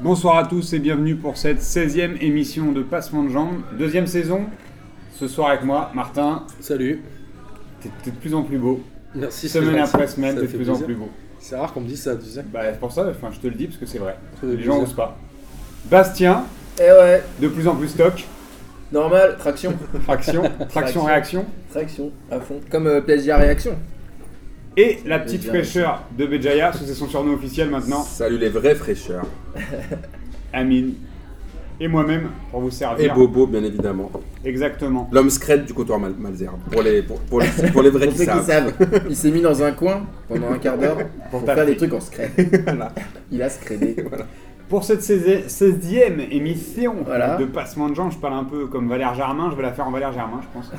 Bonsoir à tous et bienvenue pour cette 16e émission de Passement de Jambes, deuxième saison. Ce soir avec moi, Martin, Salut. t'es t'es de plus en plus beau. Merci. c'est Semaine gentil. après semaine, Ça t'es de fait plus en plaisir. plus beau. C'est rare qu'on me dise ça, tu sais. Bah, c'est pour ça, enfin, je te le dis parce que c'est vrai. Ça fait Les plaisir. gens n'osent pas. Bastien, Eh ouais, de plus en plus stock, normal, traction, traction, traction, Traction. réaction. traction, à fond. Comme euh, PSG à réaction. Et la petite Béjaïa. fraîcheur de Béjaïa, parce que c'est son surnom officiel maintenant, Salut les vrais fraîcheurs. Amine. Et moi-même, pour vous Et servir. Bobo, bien évidemment. Exactement. L'homme scred du comptoir Mal- Malzerbe. Pour les, pour, pour les, pour les vrais Pour qui ceux qui savent. savent, il s'est mis dans un coin pendant un quart d'heure pour taper. faire des trucs en secret. Voilà. Il a scrédé. Pour cette 16e émission Voilà. de Passement de gens, je parle un peu comme Valère Germain, je vais la faire en Valère Germain, je pense.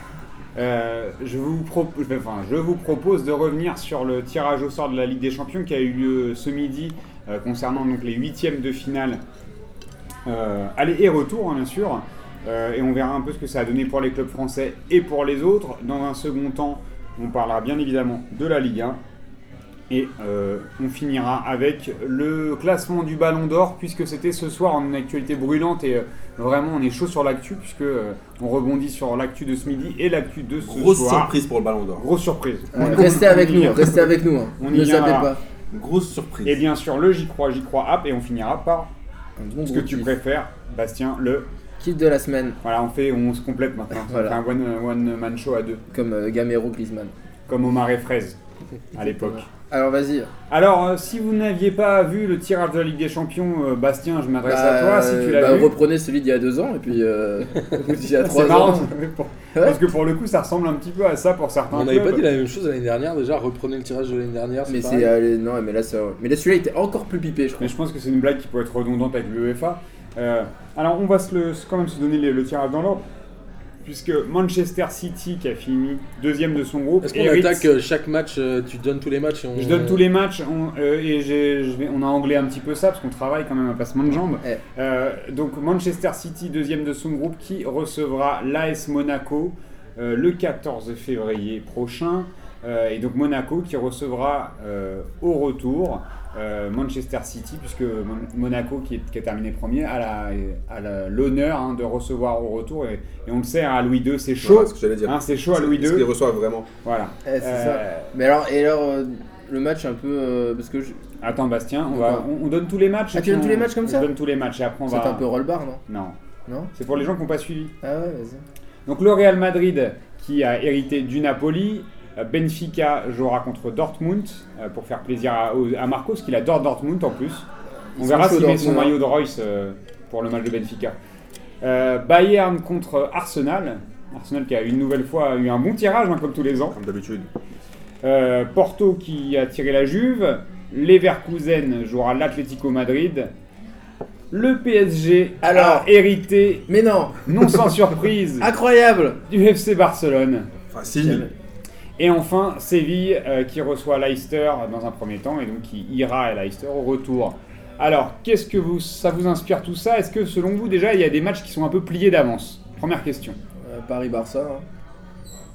Euh, je, vous propo- je vais- enfin, je vous propose de revenir sur le tirage au sort de la Ligue des Champions qui a eu lieu ce midi euh, concernant donc, les huitièmes de finale euh, aller et retour, hein, bien sûr. Euh, et on verra un peu ce que ça a donné pour les clubs français et pour les autres. Dans un second temps, on parlera bien évidemment de la Ligue 1. Et euh, on finira avec le classement du Ballon d'Or, puisque c'était ce soir en actualité brûlante et euh, vraiment on est chaud sur l'actu, puisque euh, on rebondit sur l'actu de ce midi et l'actu de ce Grosse soir. surprise pour le Ballon d'Or. Grosse surprise. Ouais, On- Euh, Restez on- avec on y nous, vient. restez avec nous. hein. On y Ne zappez viendra. pas. Grosse surprise. Et bien sûr, le J'y crois, J'y crois app, et on finira par Un bon ce que gros tu kiff. préfères, Bastien, le. Kiff de la semaine, Voilà, on fait, on se complète maintenant. On Voilà. fait un one- one-man show à deux. comme euh, Gamero Griezmann. comme Omar et Fraise à l'époque. Alors vas-y. Alors, euh, si vous n'aviez pas vu le tirage de la Ligue des Champions, euh, Bastien, je m'adresse à Bah, toi. Si tu l'as bah, vu, reprenez celui d'il y a deux ans et puis euh, d'il y a trois c'est ans. marrant. Parce que pour le coup, ça ressemble un petit peu à ça pour certains. On n'avait pas clubs. dit la même chose l'année dernière. Déjà, reprenez le tirage de l'année dernière. Mais pareil. c'est euh, non mais là ça... mais là celui-là était encore plus pipé je crois. Mais je pense que c'est une blague qui peut être redondante avec l'UEFA. Euh, alors, on va se le- se- quand même se donner le, le tirage dans l'ordre. Puisque Manchester City, qui a fini deuxième de son groupe, Est-ce qu'on hérite- attaque euh, chaque match euh, Tu donnes tous les matchs et on. Je donne tous les matchs on- euh, et j'ai- je vais- on a anglais un petit peu ça parce qu'on travaille quand même un passement de jambes. Eh. Euh, donc Manchester City, deuxième de son groupe, qui recevra l'AS Monaco euh, le 14 février prochain. Euh, et donc Monaco qui recevra euh, au retour euh, Manchester City, puisque Mon- Monaco qui, est- qui a terminé premier a la- a la- l'honneur hein, de recevoir au retour. Et, et on le sait, hein, à Louis II, c'est chaud. Voilà ce que j'allais dire. Hein, c'est chaud à Louis Est-ce qu'ils II. reçoivent vraiment Voilà. Eh, c'est ça. Euh, Mais alors et alors euh, le match un peu euh, parce que je... Attends Bastien, on, De va, quoi on, on donne tous les matchs. Ah, et tu donnes puis tous les on- matchs comme on ça donne tous les matchs et après on c'est va... un peu roll bar non Non, Non c'est pour les gens qui n'ont pas suivi. Ah ouais vas-y. Donc le Real Madrid qui a hérité du Napoli, euh, Benfica jouera contre Dortmund euh, pour faire plaisir à, au- à Marcos qu'il adore Dortmund en plus. On Ils verra sont s'il chauds, met son Dortmund, hein. maillot de Royce euh, pour le match de Benfica. Euh, Bayern contre Arsenal. Arsenal qui a une nouvelle fois eu un bon tirage hein, comme tous les ans. Comme d'habitude. Euh, Porto qui a tiré la Juve, Leverkusen jouera l'Atlético Madrid, le PSG Alors. Ah, a hérité, Mais non non sans surprise, Incroyable du FC Barcelone. Facile. Et enfin, Séville euh, qui reçoit Leicester dans un premier temps et donc qui ira à Leicester au retour. Alors, qu'est-ce que vous, ça vous inspire tout ça Est-ce que selon vous, déjà, il y a des matchs qui sont un peu pliés d'avance Première question. Euh, Paris-Barça. hein.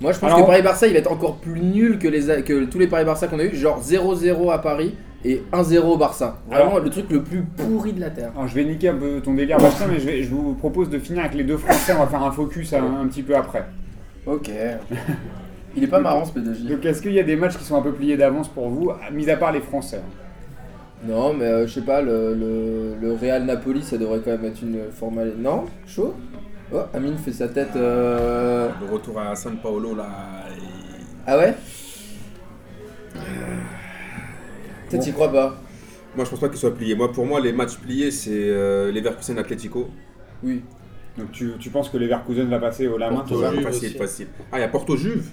Moi, je pense Alors- que Paris-Barça, il va être encore plus nul que, les, que tous les Paris-Barça qu'on a eu. Genre 0-0 à Paris et 1-0 au Barça. Vraiment Alors- le truc le plus pourri de la Terre. Alors, je vais niquer un peu ton délire, Bastien, mais je, vais- je vous propose de finir avec les deux Français. On va faire un focus un- un petit peu après. Ok. il est pas marrant ce PDG. Donc est-ce qu'il y a des matchs qui sont un peu pliés d'avance pour vous, mis à part les Français hein Non, mais euh, je sais pas, le, le, le Real Napoli, ça devrait quand même être une formale. Non Chaud Oh, Amine fait sa tête. euh, Le retour à San Paolo là. et- Ah ouais Euh, Peut-être tu crois pas. Moi je pense pas qu'ils soient pliés. Moi pour moi les matchs pliés c'est euh, Leverkusen Atlético. Oui. Donc tu, tu penses que Leverkusen va passer au la main Porto, toi Juve Voilà, facile, aussi. facile. Ah il y a Porto Juve.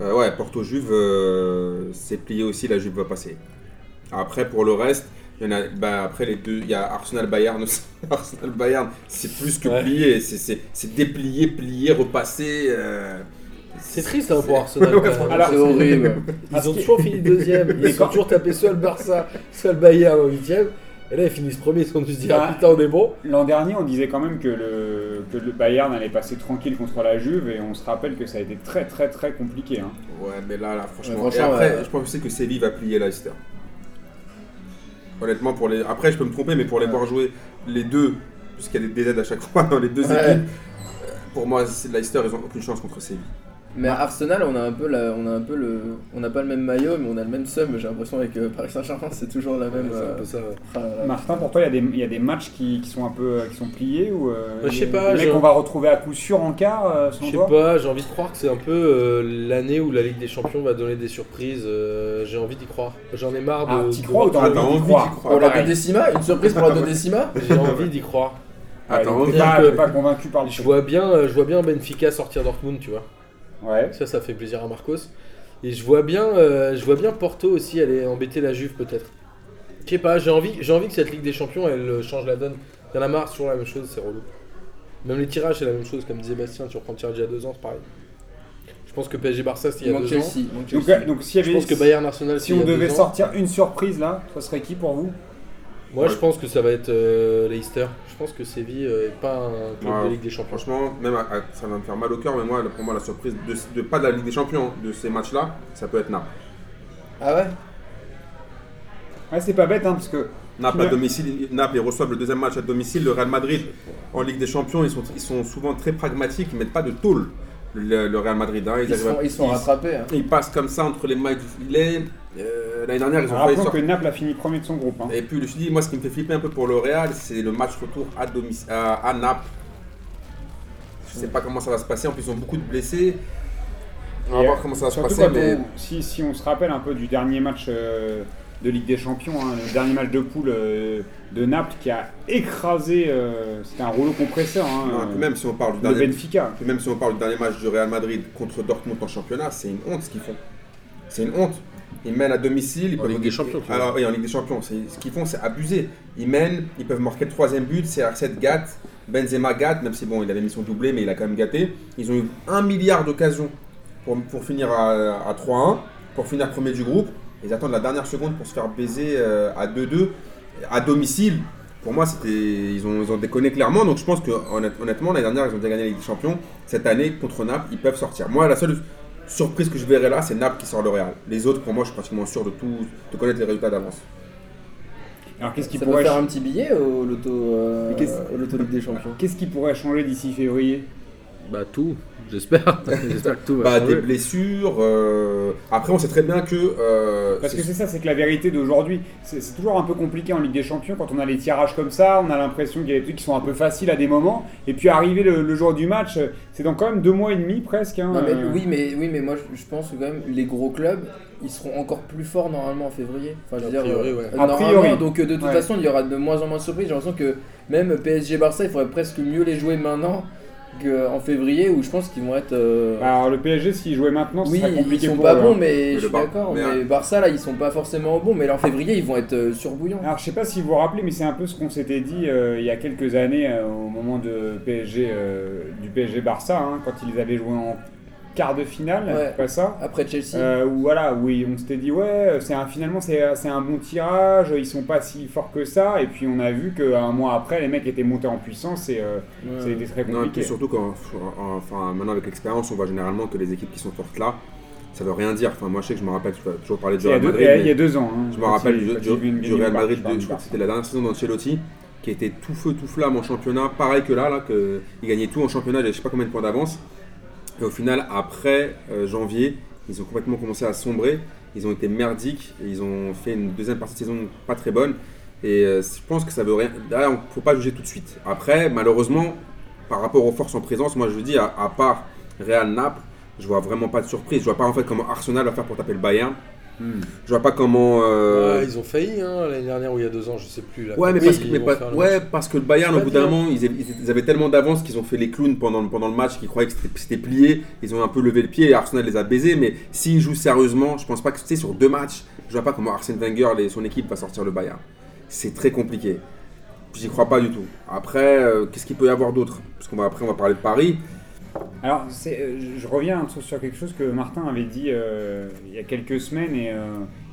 Euh, ouais Porto Juve euh, c'est plié aussi la Juve va passer. Après pour le reste il y en a bah, après les deux il y a Arsenal Bayern aussi. Arsenal Bayern c'est plus que Ouais. plié c'est c'est c'est déplié plié repassé. euh, C'est triste hein, pour Arsenal. quand même. Alors, C'est horrible. Ils ont toujours fini deuxième, Mais ils ont quand- toujours tapé soit le Barça, soit le Bayern en huitième. Et là ils finissent premier, ils se sont dû se dire Bah. Ah. ah, putain on est bon. L'an dernier, on disait quand même que le, que le Bayern allait passer tranquille contre la Juve et on se rappelle que ça a été très très très compliqué. hein. Ouais, mais là, là franchement. Ouais, franchement, et après, ouais. je pense aussi que Séville va plier Leicester. Honnêtement, pour les... après, je peux me tromper, mais pour les Ouais. voir jouer les deux, puisqu'il y a des DZ à chaque fois dans les deux Ouais. équipes, euh, pour moi, c'est- Leicester, ils ont aucune chance contre Séville. Mais à Arsenal, on a un peu, la- on a un peu le, on n'a pas le même maillot, mais on a le même seum. J'ai l'impression avec euh, Paris Saint-Germain, c'est toujours la même. Ouais, c'est un euh, peu ça, ouais. ah là là. Martin, pour toi, il y a des- il y, a des matchs qui, qui sont un peu qui sont pliés ou euh, Bah, je il y sais a pas, des mecs je- qu'on va retrouver à coup sûr en quart, euh, Je selon sais toi pas, j'ai envie de croire que c'est un peu euh, l'année où la Ligue des Champions va donner des surprises. euh, j'ai envie d'y croire. J'en ai marre Ah, de. t'y de- crois ou t'as Ah, envie t'as d'y envie d'y croire croire. Pour Oh, la pareil. Dodecima, une surprise pour la Dodecima. J'ai envie d'y croire. Ouais, Attends, donc, on t'es verra pas, que- t'es pas convaincu par les Je vois bien, euh, je vois bien Benfica sortir Dortmund, tu vois. Ouais. Ça, ça fait plaisir à Marcos. Et je vois bien, euh, je vois bien Porto aussi aller embêter la Juve peut-être. Je sais pas, j'ai envie, j'ai envie que cette Ligue des Champions, elle euh, change la donne. Y'en a marre, c'est toujours la même chose, c'est relou. Même les tirages, c'est la même chose, comme disait Bastien, tu reprends le tirage il y a deux ans, c'est pareil. Je pense que PSG Barça, c'était il y Il a manque deux ans. Chelsea. manque Donc, Chelsea. euh, donc s'il y Je avait- pense que Bayern Arsenal, si c'était il y on a deux devait ans. sortir une surprise là, ça serait qui pour vous Moi, je pense que ça va être euh, Leicester. Je pense que Séville euh, est pas un club Ouais. de Ligue des Champions. Franchement, même à- à- ça va me faire mal au cœur, mais moi, pour moi, la surprise de, de- pas de la Ligue des Champions, de ces matchs-là, ça peut être Naples. Ah ouais. Ouais, c'est pas bête hein, parce que Naples Ouais. à domicile, Naples ils reçoivent le deuxième match à domicile. Le Real Madrid en Ligue des Champions, ils sont, ils sont souvent très pragmatiques, ils mettent pas de tôle. Le, le Real Madrid, hein, ils, Ils arrivent à- sont, ils sont rattrapés. hein. ils passent comme ça entre les mailles du filet. Euh, L'année dernière, ils ont failli rappelons que sortir. Naples a fini premier de son groupe. hein. Et puis je dis, moi, ce qui me fait flipper un peu pour le Real, c'est le match retour à domicile, à, à Naples. Je sais pas comment ça va se passer. En plus, ils ont beaucoup de blessés. On va Et, euh, voir comment ça va se Surtout passer. quand mais- on- si, si on se rappelle un peu du dernier match euh, de Ligue des Champions, hein, le dernier match de poule euh, de Naples qui a écrasé, euh, c'était un rouleau compresseur, hein, Non, et euh, puis même si on parle du le dernier, Benfica. puis même si on parle du dernier match du Real Madrid contre Dortmund en championnat, c'est une honte ce qu'ils font. C'est une honte. Ils mènent à domicile, ils En peuvent- Ligue des Champions, tu Alors oui, en Ligue des Champions, c'est- ce qu'ils font, c'est abuser. Ils mènent, ils peuvent marquer le troisième but, c'est R7 gâte, Benzema gâte, même si bon, il avait mis son doublé, mais il a quand même gâté. Ils ont eu un milliard d'occasions pour, pour finir à, à 3-1, pour finir premier du groupe. Ils attendent la dernière seconde pour se faire baiser euh, à 2-2 à domicile. Pour moi, c'était ils ont, ils ont déconné clairement. Donc je pense que honnête- honnêtement, l'année dernière, ils ont déjà gagné la Ligue des Champions. Cette année, contre Naples, ils peuvent sortir. Moi, la seule surprise que je verrai là, c'est Naples qui sort le Real. Les autres, pour moi, je suis pratiquement sûr de tout, de connaître les résultats d'avance. Alors qu'est-ce qui Ça peut pourrait, faire ch- un petit billet au loto, euh, Mais qu'est-ce- au loto Ligue des Champions. qu'est-ce qui pourrait changer d'ici février Bah tout, j'espère. j'espère que tout va Bah, des changer. blessures. euh, Après, on sait très bien que. euh, Parce que c'est- c'est ça, c'est que la vérité d'aujourd'hui, c'est c'est toujours un peu compliqué en Ligue des Champions. Quand on a les tirages comme ça, on a l'impression qu'il y a des trucs qui sont un peu faciles à des moments. Et puis arriver le, le jour du match, euh, c'est dans quand même deux mois et demi presque. hein, Non, mais, euh, oui, mais, oui, mais moi je- je pense que quand même les gros clubs ils seront encore plus forts normalement en février. Enfin, je veux A dire, priori, euh, ouais. A normalement, priori. donc euh, de toute Ouais. façon il y aura de moins en moins de surprises. J'ai l'impression que même PSG Barça il faudrait presque mieux les jouer maintenant qu'en février où je pense qu'ils vont être. euh, Bah, Alors le PSG, s'il jouait maintenant, ce oui, serait ils compliqué sont pour pas eux, bons, hein. mais je le suis Bar- d'accord. mais Mais, un- Barça là ils sont pas forcément bons, mais là, en février ils vont être euh, surbouillants. Alors je sais pas si vous vous rappelez, mais c'est un peu ce qu'on s'était dit euh, il y a quelques années euh, au moment de PSG, euh, du PSG Barça, hein, quand ils avaient joué en quart de finale, Ouais. pas ça Après Chelsea. Euh, où voilà, où ils- on s'était dit ouais, c'est un, finalement c'est c'est un bon tirage, ils sont pas si forts que ça, et puis on a vu qu'un mois après les mecs étaient montés en puissance et euh, Ouais. ça a été très Non, et puis compliqué. surtout quand, enfin, maintenant avec l'expérience, on voit généralement que les équipes qui sont fortes là, ça veut rien dire. Enfin, moi, je sais que je me rappelle, tu vas toujours parler du il, y a Real deux, Madrid. il y a- mais- il y a deux ans. hein, Je me quand rappelle il- du, quand du- il vient de du gagner Real par- Madrid, par- de- je crois par- que c'était la dernière saison d'Ancelotti, qui était tout feu, tout flamme en championnat, pareil que là, là que, il gagnait tout en championnat, il avait je sais pas combien de points d'avance. Et au final, après euh, janvier, ils ont complètement commencé à sombrer, ils ont été merdiques, et ils ont fait une deuxième partie de saison pas très bonne. Et euh, je pense que ça veut rien. Là, on faut pas juger tout de suite. Après, malheureusement, par rapport aux forces en présence, moi je dis, à, à part Real Naples, je vois vraiment pas de surprise. Je vois pas en fait comment Arsenal va faire pour taper le Bayern. Hmm. Je vois pas comment. euh, Ouais, Ah, ils ont failli hein, l'année dernière ou il y a deux ans, je sais plus. là. Ouais, mais, Ils parce, que, vont mais pas- faire le ouais, parce que le Bayern, C'est au pas bout d'un bien. moment, ils, ils- ils avaient tellement d'avance qu'ils ont fait les clowns pendant, pendant le match, qu'ils croyaient que c'était- c'était plié. Ils ont un peu levé le pied et Arsenal les a baisés. Mais s'ils jouent sérieusement, je pense pas que c'était sur deux matchs. Je vois pas comment Arsène Wenger et son équipe va sortir le Bayern. C'est très compliqué. J'y crois pas du tout. Après, euh, qu'est-ce qu'il peut y avoir d'autre Parce qu'on va après on va parler de Paris. Alors, c'est- euh, je- je reviens sur- sur quelque chose que Martin avait dit euh, il y a quelques semaines et, euh,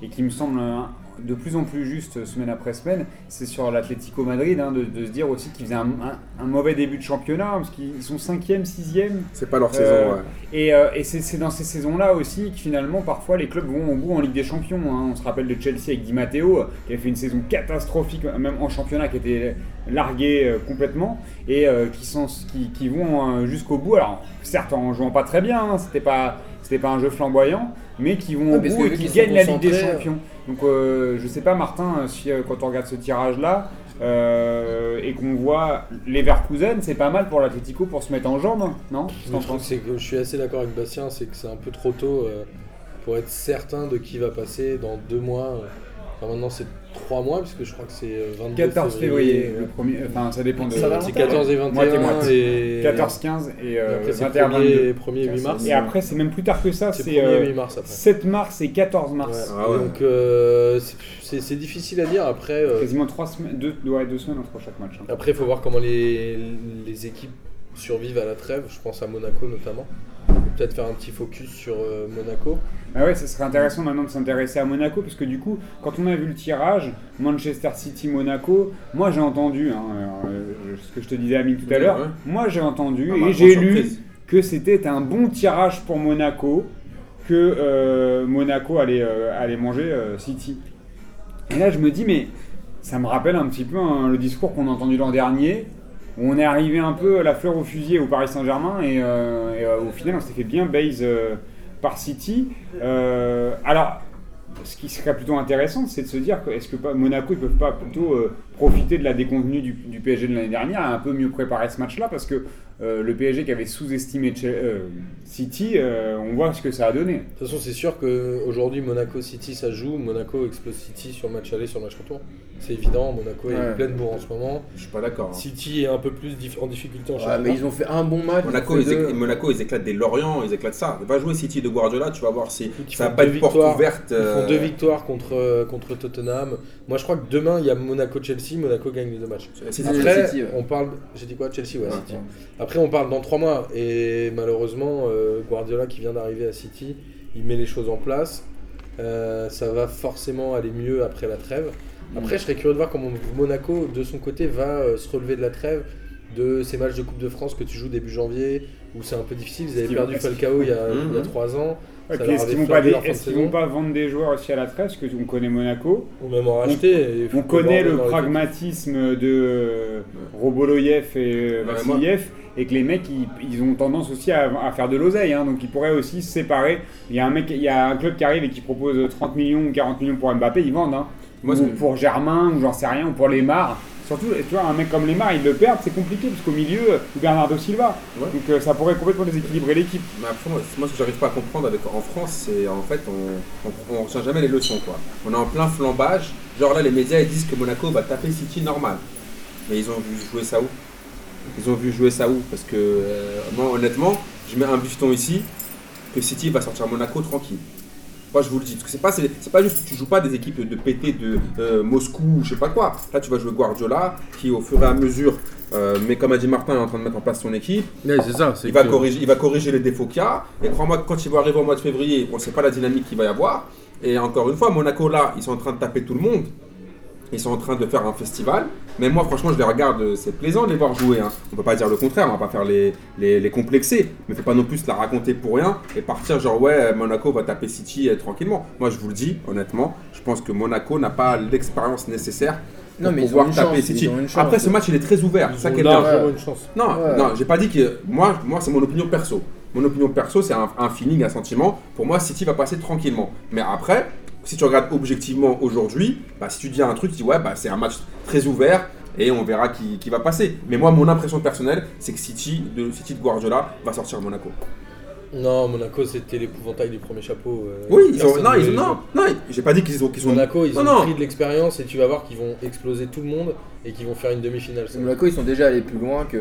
et qui me semble euh, de plus en plus juste euh, semaine après semaine, c'est sur l'Atlético Madrid hein, de, de se dire aussi qu'ils faisaient un, un- un mauvais début de championnat, hein, parce qu'ils sont 5e, 6e. C'est pas leur Euh, saison, ouais. Et, euh, et c'est c'est dans ces saisons-là aussi que finalement, parfois, les clubs vont au bout en Ligue des Champions. hein. On se rappelle de Chelsea avec Di Matteo, euh, qui a fait une saison catastrophique, même en championnat, qui était largué euh, complètement, et euh, qui, sont, qui, qui vont euh, jusqu'au bout. Alors, certes, en jouant pas très bien, hein, c'était pas, c'était pas un jeu flamboyant, mais qui vont Ouais, au parce bout que et vu qui qu'ils gagnent sont la Ligue des concentrés, euh. Champions. Donc, euh, je sais pas, Martin, euh, si euh, quand on regarde ce tirage-là. euh, et qu'on voit Leverkusen, c'est pas mal pour l'Atlético pour se mettre en jambes, non Qu'est-ce que Moi, t'en je trouve penses que c'est que je suis assez d'accord avec Bastien, c'est que c'est un peu trop tôt euh, pour être certain de qui va passer dans deux mois. euh. Enfin, maintenant, c'est trois mois, parce que je crois que c'est euh, 22 14 février, le premier, enfin ça dépend de. Ça va, C'est Valentin, 14 et 21 Moitié-moitié. et 14, 15 et et euh, après, c'est 21, 22. 1er, 1er 8 mars. Et après, c'est même plus tard que ça, c'est c'est 1er euh, 8 mars après. 7 mars et 14 mars. Ouais. Ah ouais. Donc euh, c'est- c'est c'est difficile à dire. Après, euh, Quasiment 3 semaines, 2, ouais, deux semaines entre chaque match. hein. Après, il faut voir comment les, les équipes survivent à la trêve. Je pense à Monaco notamment. Peut-être faire un petit focus sur euh, Monaco. Ah ouais, ça serait intéressant maintenant de s'intéresser à Monaco, parce que du coup, quand on a vu le tirage, Manchester City-Monaco, moi j'ai entendu, hein, euh, euh, ce que je te disais Amine tout à Ouais, l'heure, ouais. moi j'ai entendu Ah, bah, et j'ai grosse lu surprise. que c'était un bon tirage pour Monaco, que euh, Monaco allait, euh, allait manger euh, City. Et là je me dis, mais ça me rappelle un petit peu hein, le discours qu'on a entendu l'an dernier, où on est arrivé un peu la fleur au fusil au Paris Saint-Germain, et, euh, et, euh, au final on s'est fait bien base euh, par City. Euh, alors, ce qui serait plutôt intéressant, c'est de se dire que est-ce que pas, Monaco, ils peuvent pas plutôt euh, profiter de la déconvenue du, du PSG de l'année dernière et un peu mieux préparer ce match-là parce que euh, le PSG qui avait sous-estimé Che- euh, City, euh, on voit ce que ça a donné. De toute façon, c'est sûr qu'aujourd'hui, Monaco-City, ça joue. Monaco explose City sur le match aller, sur le match retour. C'est évident. Monaco est Ouais. en pleine bourre en ce moment. Je suis pas d'accord. hein. City est un peu plus dif- en difficulté en Ouais, championnat. mais ils ont fait un bon match. Monaco ils ont ils, fait éclatent, deux. Monaco, ils éclatent des Lorient, ils éclatent ça. Va jouer City de Guardiola, tu vas voir si Ils ça font va pas deux être porte victoires. ouverte. Ils font euh, deux victoires contre, euh, contre Tottenham. Moi, je crois que demain, il y a Monaco-Chelsea. Monaco gagne les deux matchs. City, Après, Après, City, ouais. on parle. J'ai dit quoi Chelsea, ouais, Ouais. City. Après, on parle dans trois mois. Et malheureusement, euh, Guardiola qui vient d'arriver à City, il met les choses en place. Euh, ça va forcément aller mieux après la trêve. Mm. Après, je serais curieux de voir comment Monaco, de son côté, va euh, se relever de la trêve, de ces matchs de Coupe de France que tu joues début janvier, où c'est un peu difficile. Ils Est-ce avaient qu'ils perdu vont- Falcao il y a il y a Mhm. trois ans, Et Ça puis, leur Est-ce avait qu'ils vont, pas flingué dé- leur fin de est-ce qu'ils vont saison. pas vendre des joueurs aussi à la tresse Parce qu'on connaît Monaco. ou même en racheter. On connaît le pragmatisme de euh, Roboloyev et euh, Ouais, Vassiliev et que les mecs ils, ils ont tendance aussi à, à faire de l'oseille hein, donc ils pourraient aussi se séparer. Il y a un mec, il y a un club qui arrive et qui propose 30 millions ou 40 millions pour Mbappé, ils vendent hein. Moi, ce ou que- pour Germain ou j'en sais rien ou pour Lemar. Surtout, tu vois, un mec comme Lemar, ils le perdent, c'est compliqué parce qu'au milieu, euh, Bernardo Silva. Ouais. Donc euh, ça pourrait complètement déséquilibrer l'équipe. Mais après, moi, moi, ce que j'arrive pas à comprendre avec, en France, c'est en fait, on, on, on retient jamais les leçons, quoi. On est en plein flambage. Genre là, les médias, ils disent que Monaco va taper City normal. Mais ils ont vu jouer ça où Ils ont vu jouer ça où Parce que, euh, moi, honnêtement, je mets un bifton ici, que City va sortir Monaco tranquille. Moi, je vous le dis, parce que c'est pas, c'est, c'est pas juste, tu joues pas des équipes de PT de euh, Moscou, je sais pas quoi. Là, tu vas jouer Guardiola, qui au fur et à mesure, euh, mais comme a dit Martin, est en train de mettre en place son équipe. c'est ça. Il va, corriger, il va corriger les défauts qu'il y a. Et crois-moi que quand il va arriver au mois de février, on ne sait pas la dynamique qu'il va y avoir. Et encore une fois, Monaco, là, ils sont en train de taper tout le monde. Ils sont en train de faire un festival. Mais moi, franchement, je les regarde, euh, c'est plaisant de les voir jouer. hein. On ne peut pas dire le contraire, on va pas faire les, les, les complexés. Mais faut pas non plus se la raconter pour rien et partir genre, ouais, Monaco va taper City euh, tranquillement. Moi, je vous le dis, honnêtement, je pense que Monaco n'a pas l'expérience nécessaire pour Non, mais ils pouvoir ont une taper chance, City. ils ont une chance. Après, ce match, il est très ouvert. C'est ça qui est bien. largement une chance. Non, Ouais. non, j'ai pas dit que. Moi, moi c'est mon opinion perso. Mon opinion perso, c'est un, un feeling, un sentiment. Pour moi, City va passer tranquillement. Mais après, si tu regardes objectivement aujourd'hui, bah, si tu dis un truc, tu dis ouais, bah, c'est un match très ouvert et on verra qui, qui va passer. Mais moi, mon impression personnelle, c'est que City de, City de Guardiola va sortir Monaco. Non, Monaco, c'était l'épouvantail du premier chapeau. euh, Oui, ils ont, personne non, voulait ils ont, les non, jouer. non, j'ai pas dit qu'ils ont, qu'ils ont. Monaco, ils non, ont non. pris de l'expérience et tu vas voir qu'ils vont exploser tout le monde et qu'ils vont faire une demi-finale. ça. Monaco, ils sont déjà allés plus loin que,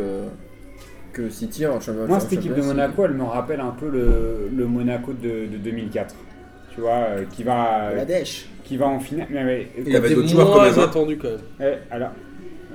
que City en championnat. Moi, en cette bah, équipe de championnat, Monaco, elle me rappelle un peu le, le Monaco de, de 2004. Tu vois, euh, qui va, c'est- La dèche. qui va en finale. mais- mais- Il y avait C'était d'autres joueurs quand moins même, hein. attendu quand même. Eh, alors,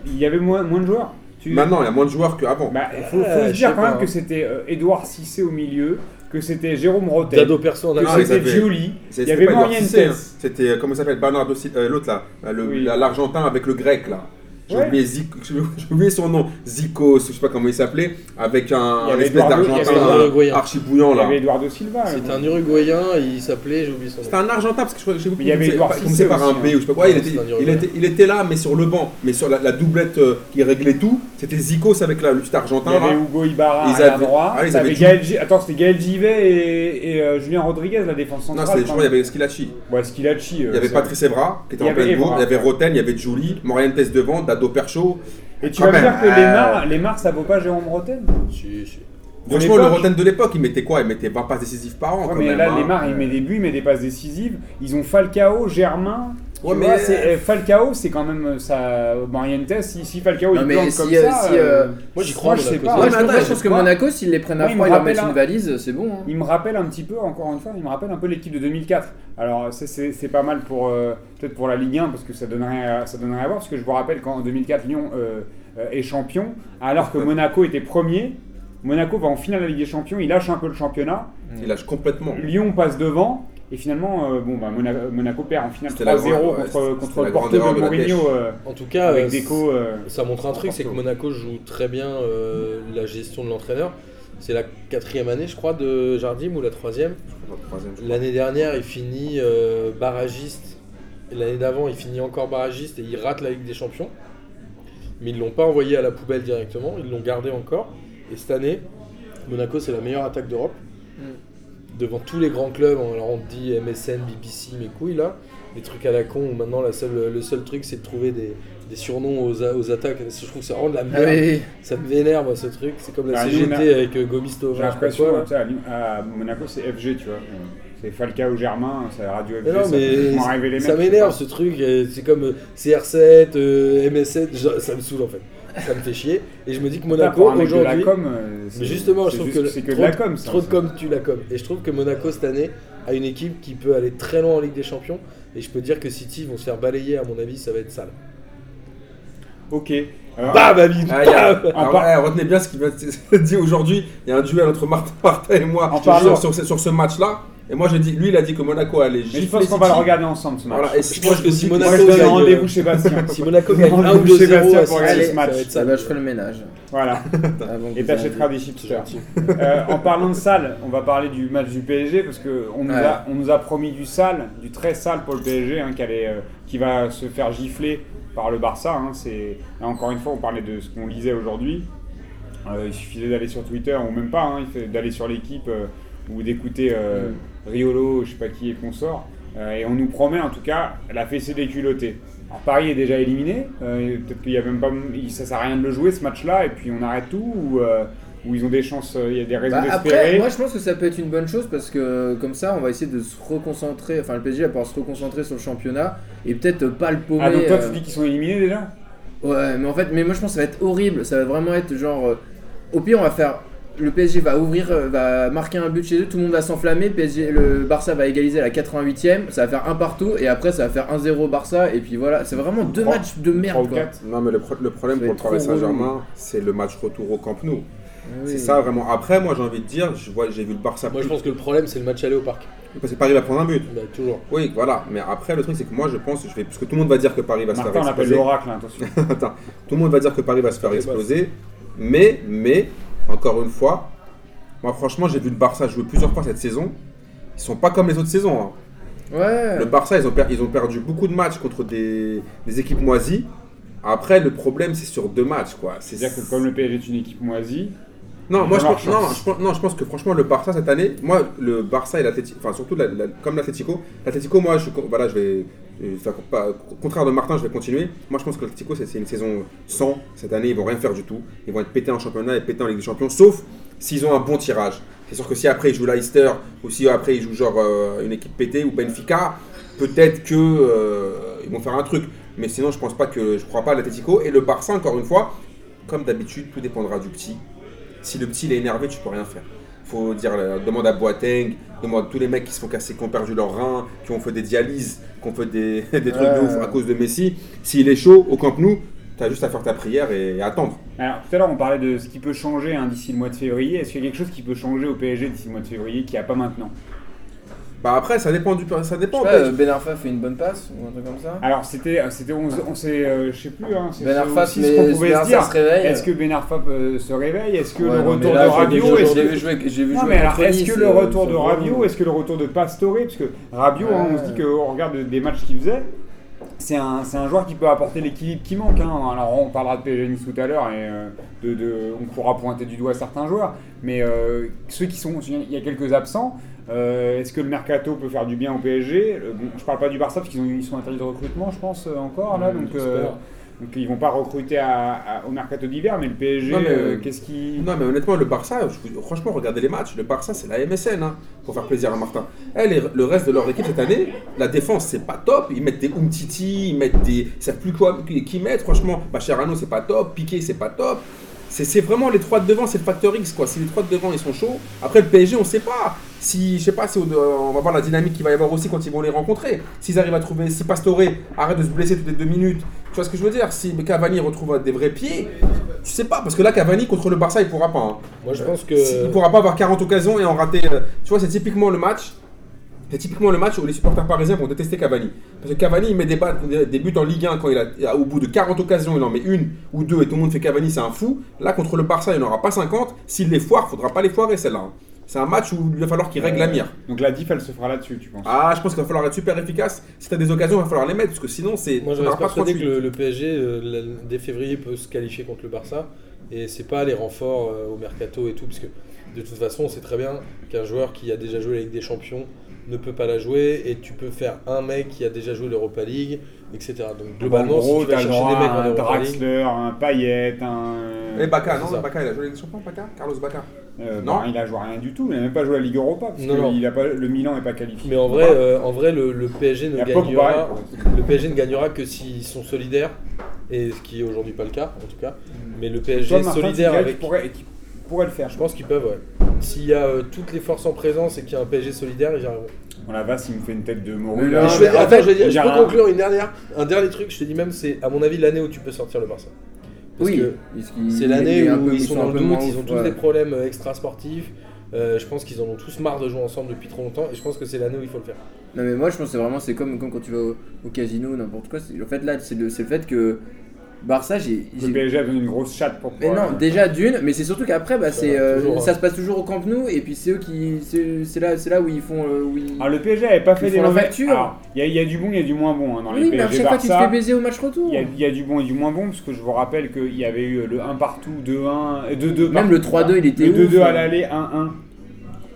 il y avait moins, moins de joueurs. Tu Tu- Maintenant, il y a moins de joueurs qu'avant. Bah, faut, faut Euh, se je dire sais quand pas, même que hein. c'était euh, Édouard Cissé au milieu, que c'était Jérôme Rotel, Dado perso en que Ah, arrière. ils c'était avaient- Gioli, C'est- il y c'était avait pas Edouard Morientes. Cissé, hein. C'était, euh, comment il s'appelle Bernardo Si- euh, l'autre là, euh, le- Oui. la- l'argentin avec le grec là. J'ai Ouais. oublié, Zico- j'ai oublié son nom, Zico, je sais pas comment il s'appelait, avec un, Il y un avait espèce Eduardo- il y d'argentin avait Eduardo euh, Goyen. archibouillant Il y là. avait Eduardo Silva. C'était euh, un Uruguayen, il s'appelait, j'ai oublié son nom. C'était un argentin parce que je crois que j'ai Mais il y avait oublié, Edouard pas- il Cissé commençait par un aussi, B hein. ou je sais pas quoi. Il Ouais, était, c'était un il, Uruguayen. était, il était là, mais sur le banc, mais sur la, la doublette euh, qui réglait tout, c'était Zico, c'est avec là, le petit Il argentin y avait là. Hugo Ibarra Ils à la avaient- droite. Ah, ils t'avais avaient Giu- Gaël Gi- Attends, c'était Gaël Givet et, et, euh, Julien Rodriguez, la défense Non, centrale. c'était- je crois qu'il y enfin. avait Skilacci. Ouais, Skilacci. Il y avait Patrice Evra qui était Euh, Il y en avait pleine bourre, Evra. il y avait Roten, il y avait Julie, Morientes devant, Dado Percho. Et tu Quand vas me même, dire que euh, Lemar, Lemar, ça vaut pas Jérôme Rotel Si, si. Franchement, le l'époque- Roten de l'époque, il mettait quoi Il mettait 20 passes décisives par an. Ouais, quand mais même, là, hein. Lemar, il met des buts, il met des passes décisives. Ils ont Falcao, Germain. Tu Ouais, vois, mais- c'est- eh, Falcao, c'est quand même euh, ça. Morientes, si, si Falcao il Non, mais plante si, comme euh, ça. si, euh, Moi, j'y crois, Moi, je sais Monaco, pas. ça. Moi, Ah, Moi, je, je trouve- trouve- je pense que pas. Monaco, s'ils les prennent à Moi, il froid, me ils leur rappelle mettent un- une valise, c'est bon. hein. Il me rappelle un petit peu, encore une fois, il me rappelle un peu l'équipe de 2004. Alors, ça, c'est c'est pas mal pour euh, peut-être pour la Ligue 1 parce que ça donnerait, à- ça donnerait à voir. Parce que je vous rappelle qu'en 2004, Lyon euh, euh, est champion, alors que Monaco était premier. Monaco va en finale de la Ligue des Champions, il lâche un peu le championnat. Il lâche complètement. Lyon passe devant. Et finalement, euh, bon, bah, Mona- Monaco, perd en finale 3-0 C'était la grande- ouais, contre, c'était contre la le grande Porto erreur de de la Mourinho euh, En tout cas, avec euh, Deco. euh, ça montre un truc, c'est que Porto. Monaco joue très bien euh, la gestion de l'entraîneur. C'est la quatrième année, je crois, de Jardim ou la troisième. Troisième jour. L'année dernière, il finit euh, barragiste. Et L'année d'avant, il finit encore barragiste et il rate la Ligue des Champions. Mais ils l'ont pas envoyé à la poubelle directement, ils l'ont gardé encore. Et cette année, Monaco, c'est la meilleure attaque d'Europe. Mm. Devant tous les grands clubs, hein. alors on dit MSN, BBC, mes couilles là. Des trucs à la con où maintenant la seule, le seul truc c'est de trouver des, des surnoms aux, a- aux attaques. Je trouve que ça rend de la Ah merde. oui, Ça me vénère moi ce truc. C'est comme la Bah, nous, CGT on a- avec euh, Gomistova. J'ai je sais pas l'impression hein. quoi, là. comme ça, à Lyon- à Monaco, c'est FG, tu vois. Euh, C'est Falcao Germain, c'est Radio FG. Mais non, ça mais peut complètement ça- rêver les ça mecs, m'énerve je ce truc, euh, c'est comme euh, CR7, euh, MS7, je- ça me saoule en fait. Ça me fait chier. Et je me dis que sais pas. Pour Monaco un mec de la aujourd'hui. com, euh, c'est- Mais justement, je c'est trouve juste- que, c'est le- que de trop, la com, ça. trop de com, tu la com. Et je trouve que Monaco cette année a une équipe qui peut aller très loin en Ligue des Champions. Et je peux dire que City vont se faire balayer, à mon avis, ça va être sale. Ok. Alors, Bam, ami Ah, il y a- bam Alors, par- ouais, retenez bien ce qu'il vient de se- dit aujourd'hui. Il y a un duel entre Martin, Martin et moi En je te jure, parlant- sur, ce- sur ce match-là. Et moi, j'ai dit, lui, il a dit que Monaco allait mais gifler. je pense qu'on City. va le regarder ensemble ce match. Voilà, et Je moi, pense que si vous Moi, dis- je Monaco donne gagne, rendez-vous euh, chez Bastien. si Monaco Je gagne donne 1 ou rendez-vous 2 chez 0 Bastien à pour regarder City, ce ça match. va être Eh sale. ben, je ferai le ménage. Voilà. avant que Et vous t'achèteras des C'est chipsters. gentil. Euh, en parlant de salle, on va parler du match du PSG parce que on nous, Ouais. a, on nous a promis du sale, du très sale pour le PSG hein, qui, allait, euh, qui va se faire gifler par le Barça. hein. c'est là, encore une fois, on parlait de ce qu'on lisait aujourd'hui. Euh, il suffisait d'aller sur Twitter ou même pas, hein, il fait- d'aller sur l'équipe euh, ou d'écouter euh, Mm. Riolo, je sais pas qui et consort. Euh, et on nous promet en tout cas la fessée des culottés. Alors Paris est déjà éliminé, euh, et peut-être qu'il y a même pas, il- ça sert à rien de le jouer ce match-là et puis on arrête tout ou, euh, ou ils ont des chances, euh, il y a des raisons Bah, d'espérer. après, moi je pense que ça peut être une bonne chose parce que comme ça on va essayer de se reconcentrer, enfin le PSG va pouvoir se reconcentrer sur le championnat et peut-être pas le paumer. Ah donc toi euh, tu dis qu'ils sont éliminés déjà Ouais, mais en fait, mais moi je pense que ça va être horrible. Ça va vraiment être genre. euh, au pire, on va faire. Le PSG va ouvrir, euh, va marquer un but chez eux, tout le monde va s'enflammer. PSG, le Barça va égaliser à la 88ème, ça va faire un partout et après ça va faire 1-0 Barça. Et puis voilà, c'est vraiment deux Trois. matchs de Trois ou merde quoi. quatre Non, mais le, pro- le problème Ça va pour le être Paris trop relou. Saint-Germain, c'est le match retour au Camp Nou. Ah Oui. C'est ça vraiment. Après, moi, j'ai envie de dire, je vois, j'ai vu le Barça. Moi je pense que le problème c'est le match aller au parc. Parce que Paris va prendre un but. Bah, toujours. Oui, voilà. Mais après, le truc, c'est que moi, je pense, je vais, parce que tout le monde va dire que Paris Bah, va se Martin faire on appelle exploser. l'oracle, hein, attention. Attends, tout le monde va dire que Paris va se faire exploser, mais, mais, encore une fois, moi franchement j'ai vu le Barça jouer plusieurs fois cette saison. Ils sont pas comme les autres saisons. hein. Ouais. Le Barça, ils ont, per- ils ont perdu beaucoup de matchs contre des, des équipes moisies. Après, le problème, c'est sur deux matchs, quoi. C'est- C'est-à-dire que comme le PSG est une équipe moisie, non, moi, je Dans pense, leur non, chance. je pense- non, je pense que franchement, le Barça cette année, moi, le Barça et l'Atlético, enfin, surtout la- la- comme l'Atlético, l'Atlético, moi, je, voilà, je vais, je vais faire co- pas- contraire de Martin, je vais continuer. Moi, je pense que l'Atlético, c'est c'est une saison sans. Cette année, ils vont rien faire du tout. Ils vont être pétés en championnat et pétés en Ligue des Champions, sauf s'ils ont un bon tirage. C'est sûr que si après ils jouent Leicester, ou si après ils jouent genre euh, une équipe pétée ou Benfica, peut-être que euh, ils vont faire un truc. Mais sinon, je pense pas que je crois pas à l'Atlético et le Barça. Encore une fois, comme d'habitude, tout dépendra du petit. Si le petit il est énervé, tu peux rien faire. Faut dire, euh, demande à Boateng, demande à tous les mecs qui se font casser, qui ont perdu leurs reins, qui ont fait des dialyses, qui ont fait des, des trucs de Ouais. ouf à cause de Messi. S'il est chaud au Camp Nou, t'as juste à faire ta prière et, et attendre. Alors, tout à l'heure, on parlait de ce qui peut changer hein, d'ici le mois de février. Est-ce qu'il y a quelque chose qui peut changer au PSG d'ici le mois de février qu'il n'y a pas maintenant Bah après, ça dépend du. Ça Je dépend. sais pas, mais- euh, Ben Arfa fait une bonne passe ou un truc comme ça. Alors, c'était, c'était, on, on s'est, euh, je sais plus, hein, c'est Ben c'est Arfa, aussi mais ce qu'on pouvait Ben se Arfa dire. se réveille. Est-ce que Ben Arfa euh, se réveille Est-ce que Ouais, le non, mais retour là, de je l'ai vu Rabiot jouer- est-ce je l'ai que- vu jouer, j'ai vu Non jouer mais alors contre est-ce Nice, que le euh, retour ça de vaut Rabiot, vraiment. est-ce que le retour de Pastore, parce que Rabiot, hein, on se dit qu'on regarde des matchs qu'il faisait, c'est un, c'est un joueur qui peut apporter l'équilibre qui manque. hein. Alors on parlera de PSG Nice tout à l'heure et euh, de, de- on pourra pointer du doigt certains joueurs, mais euh, ceux qui sont, il y a quelques absents. euh, Est-ce que le mercato peut faire du bien au PSG Euh, Bon, je parle pas du Barça parce qu'ils ont ils sont interdits de recrutement, je pense euh, encore là, donc. euh, donc ils vont pas recruter à- à- au mercato d'hiver, mais le PSG, Non, mais, euh, qu'est-ce qui Non mais honnêtement le Barça, je vous- franchement regardez les matchs, le Barça c'est la MSN hein, pour faire plaisir à Martin. Eh, les- le reste de leur équipe cette année, la défense c'est pas top, ils mettent des Umtiti, ils mettent des... Ils savent plus quoi qui qui mettre franchement. Mascherano c'est pas top, Piqué c'est pas top. C'est c'est vraiment les trois de devant, c'est le facteur X quoi. Si les trois de devant ils sont chauds, après le PSG on sait pas. Si je sais pas si on, on va voir la dynamique qu'il va y avoir aussi quand ils vont les rencontrer. S'ils arrivent à trouver, si Pastore arrête de se blesser toutes les deux minutes, tu vois ce que je veux dire Si Cavani retrouve des vrais pieds, je sais pas, parce que là, Cavani contre le Barça, il pourra pas. hein. Moi je pense que. Si- Il pourra pas avoir 40 occasions et en rater. euh, Tu vois, c'est typiquement le match. C'est typiquement le match où les supporters parisiens vont détester Cavani. Parce que Cavani, il met des, ba- des- des buts en Ligue 1 quand il a, au bout de 40 occasions, il en met une ou deux et tout le monde fait Cavani, c'est un fou. Là, contre le Barça, il n'en aura pas 50. S'il les foire, faudra pas les foirer celle-là. hein. C'est un match où il va falloir qu'il règle la mire. Donc la diff, elle se fera là-dessus, tu penses Ah, je pense qu'il va falloir être super efficace. Si t'as des occasions, il va falloir les mettre parce que sinon, c'est. Moi, je on reste aura pas persuadé que 38. le, le PSG, euh, la- dès février, peut se qualifier contre le Barça. Et c'est pas les renforts euh, au mercato et tout, parce que de toute façon, on sait très bien qu'un joueur qui a déjà joué la Ligue des Champions ne peut pas la jouer, et tu peux faire un mec qui a déjà joué l'Europa League, etc. Donc globalement, Ah bah, en gros, si tu vas t'as le chercher droit des mecs à en un Europa League, Eh bah, Draxler, un Payet, un. Et Baca, C'est ça. Eh, non Baca, il a joué la Ligue des Champions, Baca Carlos Baca. Euh, non. bah, il a joué rien du tout, il a même pas joué à la Ligue Europa, parce Non, non. que il a pas, le Milan n'est pas qualifié. bah, mais en vrai, euh, en vrai, le, le PSG Il y ne a Pogba. gagnera, le PSG ne gagnera que s'ils sont solidaires, et ce qui est aujourd'hui pas le cas, en tout cas. Mais le PSG Mm. Toi, est Martin, solidaire tu dirais avec qu'il pourrait- qu'il pourrait le faire, je Je pense. pense qu'ils peuvent, ouais. S'il y a euh, toutes les forces en présence et qu'il y a un PSG solidaire, ils y arriveront. On la vasse, il me fait une tête de Mais morue. non, là. Et je, vais- Euh, mais attends, après, je vais dire- il y je a peux rien. conclure une dernière, un dernier truc, je te dis même, c'est à mon avis l'année où tu peux sortir le Barça. Parce Oui, que parce qu'il- c'est il l'année est un où peu- ils sont dans un le peu doute, moins ils ont ouf, tous ouais. des problèmes euh, extra-sportifs. Euh, je pense qu'ils en ont tous marre de jouer ensemble depuis trop longtemps et je pense que c'est l'année où il faut le faire. Non mais moi je pense que c'est vraiment c'est comme, comme quand tu vas au, au casino ou n'importe quoi. c'est- En fait là c'est le, c'est le fait que Barça j'ai... Le j'ai- PSG a donné une grosse chatte pour Mais pouvoir- non déjà d'une mais c'est surtout qu'après bah, Ça c'est, va euh, toujours, hein. ça se passe toujours au Camp Nou et puis c'est eux qui... C'est c'est là, c'est là où ils font... euh, où ils- Alors, Ah, le PSG n'avait pas fait Ils des font la mauvais. facture. Alors, Il y, a- il y a du bon, il y a du moins bon hein, dans les oui mais à PSG chaque fois tu te fais Barça. baiser au match retour. Il y, a, il y a du bon et du moins bon, parce que je vous rappelle qu'il y avait eu le 1 partout, 2-1, euh, 2-2 Même partout. le 3-2 il était Le 2-2 ouf, à hein. l'aller, 1-1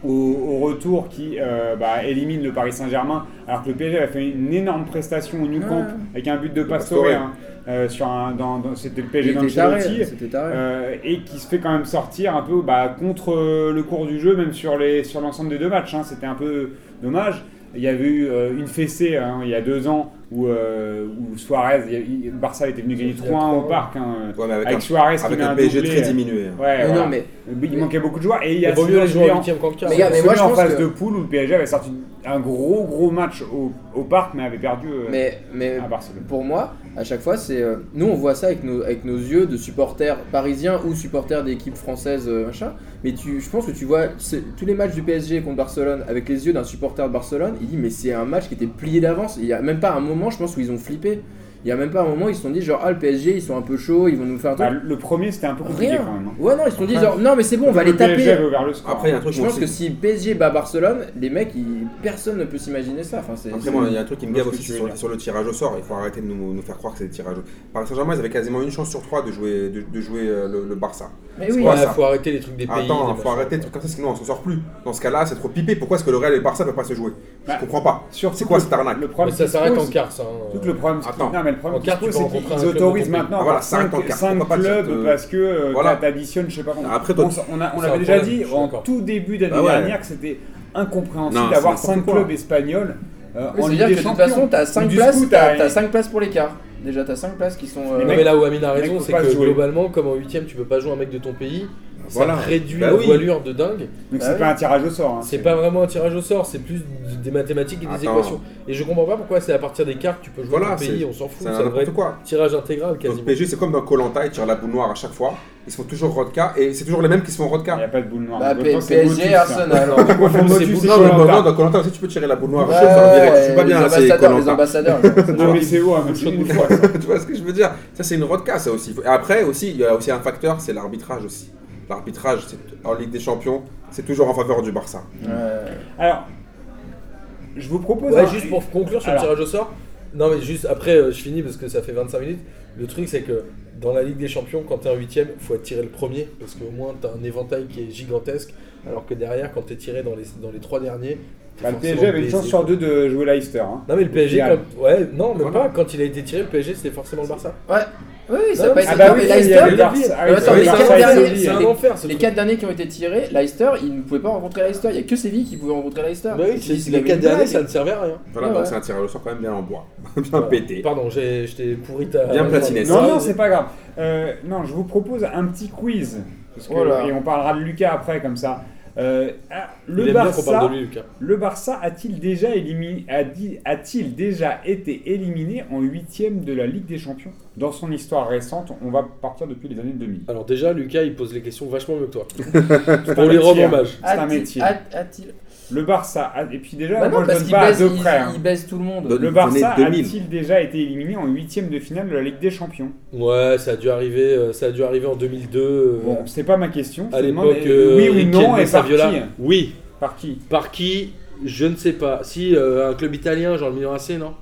au, au retour qui euh, bah, élimine le Paris Saint-Germain. Alors que le PSG a fait une énorme prestation au Nou Camp Ouais. avec un but de Pastore. Pastore. hein, euh, sur un, dans, dans- c'était le Il PSG était taré, d'Ancelotti. c'était taré. Euh, et qui se fait quand même sortir un peu bah, contre euh, le cours du jeu, même sur les sur l'ensemble des deux matchs. hein. C'était un peu dommage. Il y avait eu euh, une fessée hein, il y a deux ans où, euh, où Suarez, il y a- il- Barça était venu gagner Il y 3-1 a au trois, parc hein, Ouais, mais avec, avec Suarez un, qui avec met un un PSG doublé. très diminué. hein. Ouais, Mais voilà. non mais... Il manquait beaucoup de joueurs et il y Il a vaut ce mieux les match jouer en en- 8 qu'en quart. Mais gars, on mais se moi, met je en pense phase que- de poule où le PSG avait sorti un gros gros match au, au parc mais avait perdu euh, Mais, mais à Barcelone. pour moi, à chaque fois, c'est. euh, nous, on voit ça avec nos, avec nos yeux de supporters parisiens ou supporters d'équipes françaises, euh, machin. Mais tu, je pense que tu vois c'est- tous les matchs du PSG contre Barcelone avec les yeux d'un supporter de Barcelone. Il dit, mais c'est un match qui était plié d'avance. Il n'y a même pas un moment, je pense, où ils ont flippé. Il n'y a même pas un moment où ils se sont dit, genre, ah, le PSG, ils sont un peu chauds, ils vont nous faire un Bah, truc. le premier c'était un peu compliqué Rien. quand même. hein. Ouais, non, ils se sont dit, Après, genre, non, mais c'est bon, on va Le les taper. PSG avait ouvert le score. Après, il y a un truc Je moi, pense c'est- que si PSG bat Barcelone, les mecs, ils- personne ne peut s'imaginer ça. Enfin, c'est. Après, c'est- moi, il y a un truc qui me Je vois gave ce que aussi tu veux sur, dire. sur le tirage au sort. Il faut arrêter de nous, nous faire croire que c'est le tirage au sort. Paris Saint-Germain, ils avaient quasiment une chance sur trois de jouer, de, de jouer euh, le, le Barça. Mais oui, Ouais, ça. faut arrêter les trucs des pays. Attends, des faut machins, arrêter de quoi. trucs comme ça, sinon on s'en sort plus. Dans ce cas-là, c'est trop pipé. Pourquoi est-ce que le Real et le Barça ne peuvent pas se jouer Bah, Je comprends pas. Surtout C'est quoi que cette arnaque Le problème Mais ça qui se s'arrête en pose, quart, ça. hein. Tout le problème, c'est Attends. non, mais le problème En qui se quart, tu pose, peux c'est rencontrer qu'ils un club autorisent de ton pays. maintenant Ah, voilà, ça arrête en 5, quart, faut pas dire clubs que- parce que euh, Voilà. t'additionnes, je sais pas combien. Après, toi- on, s- on a- on C'est un l'avait déjà problème, dit je suis en d'accord. tout début d'année Bah ouais. dernière que c'était Non, incompréhensible c'est d'avoir n'importe 5 quoi. clubs espagnols euh, Oui, en Ligue C'est-à-dire des que de toute Champions. façon, t'as Donc, 5 du places, coup, t'as t'as- t'as cinq places pour l'écart. Déjà, t'as 5 places qui sont. euh, Les Non, mecs- mais là où Amine a les mecs raison, peuvent c'est pas que jouer. globalement, comme en 8 tu peux pas jouer un mec de ton pays, Voilà. ça réduit Bah la oui. voilure de dingue. Donc Ah c'est oui. pas un tirage au sort. hein, C'est pas vraiment un tirage au sort, c'est plus des mathématiques et des Attends. équations. Et je comprends pas pourquoi c'est à partir des cartes que tu peux jouer Voilà, ton pays, c'est- on s'en fout, C'est ça devrait n'importe être quoi. tirage intégral Donc quasiment. PSG, c'est comme dans Colanta, ils tirent la boule noire à chaque fois. Ils se font toujours Rodka et c'est toujours les mêmes qui se font Il n'y Rodka. a pas de boule noire. Bah, Donc, P- autant c'est Motus, PSG, hein. Arsenal. hein. Moi, je me suis dit, Non, mais c'est Colanta. maintenant, dans Colanta aussi, tu peux tirer la boule noire. Ouais, chaude en direct. Je suis pas ouais, bien là, les c'est ambassadeurs, les Koh-Lanta. ambassadeurs. Non, mais c'est haut, hein, c'est une fois. tu vois ce que je veux dire Ça, c'est une rodka, ça aussi. Et après, aussi, il y a aussi un facteur, c'est l'arbitrage aussi. L'arbitrage, c'est- en Ligue des Champions, c'est toujours en faveur du Barça. Ouais. Alors, je vous propose. Ouais, un- juste pour conclure sur Alors. le tirage au sort. Non, mais juste après, euh, je finis parce que ça fait 25 minutes. Le truc, c'est que dans la Ligue des Champions, quand t'es un huitième, faut être tiré le premier parce qu'au moins t'as un éventail qui est gigantesque. Alors que derrière, quand t'es tiré dans les, dans les trois derniers, t'es Bah, le forcément PSG avait une baisé. chance sur deux de jouer Leicester. hein. Non, mais le PSG, Final. comme- ouais, non, même Voilà. pas. Quand il a été tiré, le PSG, c'était forcément le Barça. Ouais. Oui, ça Non, a pas mais- Ah été- bah non, oui, mais il y Leicester, avait Leicester, Barça. Ah oui, mais attends, c'est vrai, les quatre Barça et derniers, Séville. C'est un les- enfer. ce Les truc. 4 derniers qui ont été tirés, Leicester, ils ne pouvaient pas rencontrer Leicester. Il y a que Séville qui pouvait rencontrer Leicester. Bah oui, Je me suis dit, c'est- c'est les quand 4 même une derniers, ça blague. ne servait à rien. Voilà, Ouais, donc ouais. c'est un tirage au sort quand même bien en bois, bien Voilà. pété. Pardon, j'ai- je t'ai pourri ta. Bien platiné, Non, non, c'est pas grave. Euh, non, je vous propose un petit quiz. parce que- Oh là. et on parlera de Lucas après, comme ça. Euh, ah, Il le, aime bien qu'on Barça, parle de lui, Lucas. le Barça a-t-il déjà, élimi- a dit- a-t-il déjà été éliminé en huitième de la Ligue des Champions Dans son histoire récente, on va partir depuis les années 2000. Alors déjà, Lucas, il pose les questions vachement mieux que toi. C'est un On lui bah. rend métier, hein. hommage. C'est un métier. A- a-t-il- Le Barça, a- et puis déjà, Bah moi non, je parce donne qu'il pas à baisse, deux près. il- hein. il baisse tout le monde. Donne- Le Barça donnez 2000. a-t-il déjà été éliminé en huitième de finale de la Ligue des Champions Ouais, ça a dû arriver, euh, ça a dû arriver en 2002. euh, Bon, c'est pas ma question. je à te demande, l'époque, euh, euh, oui ou non, Riquelme, et par qui Saviola. Oui. Par qui Par qui Je ne sais pas. Si euh, un club italien, genre le Milan AC, non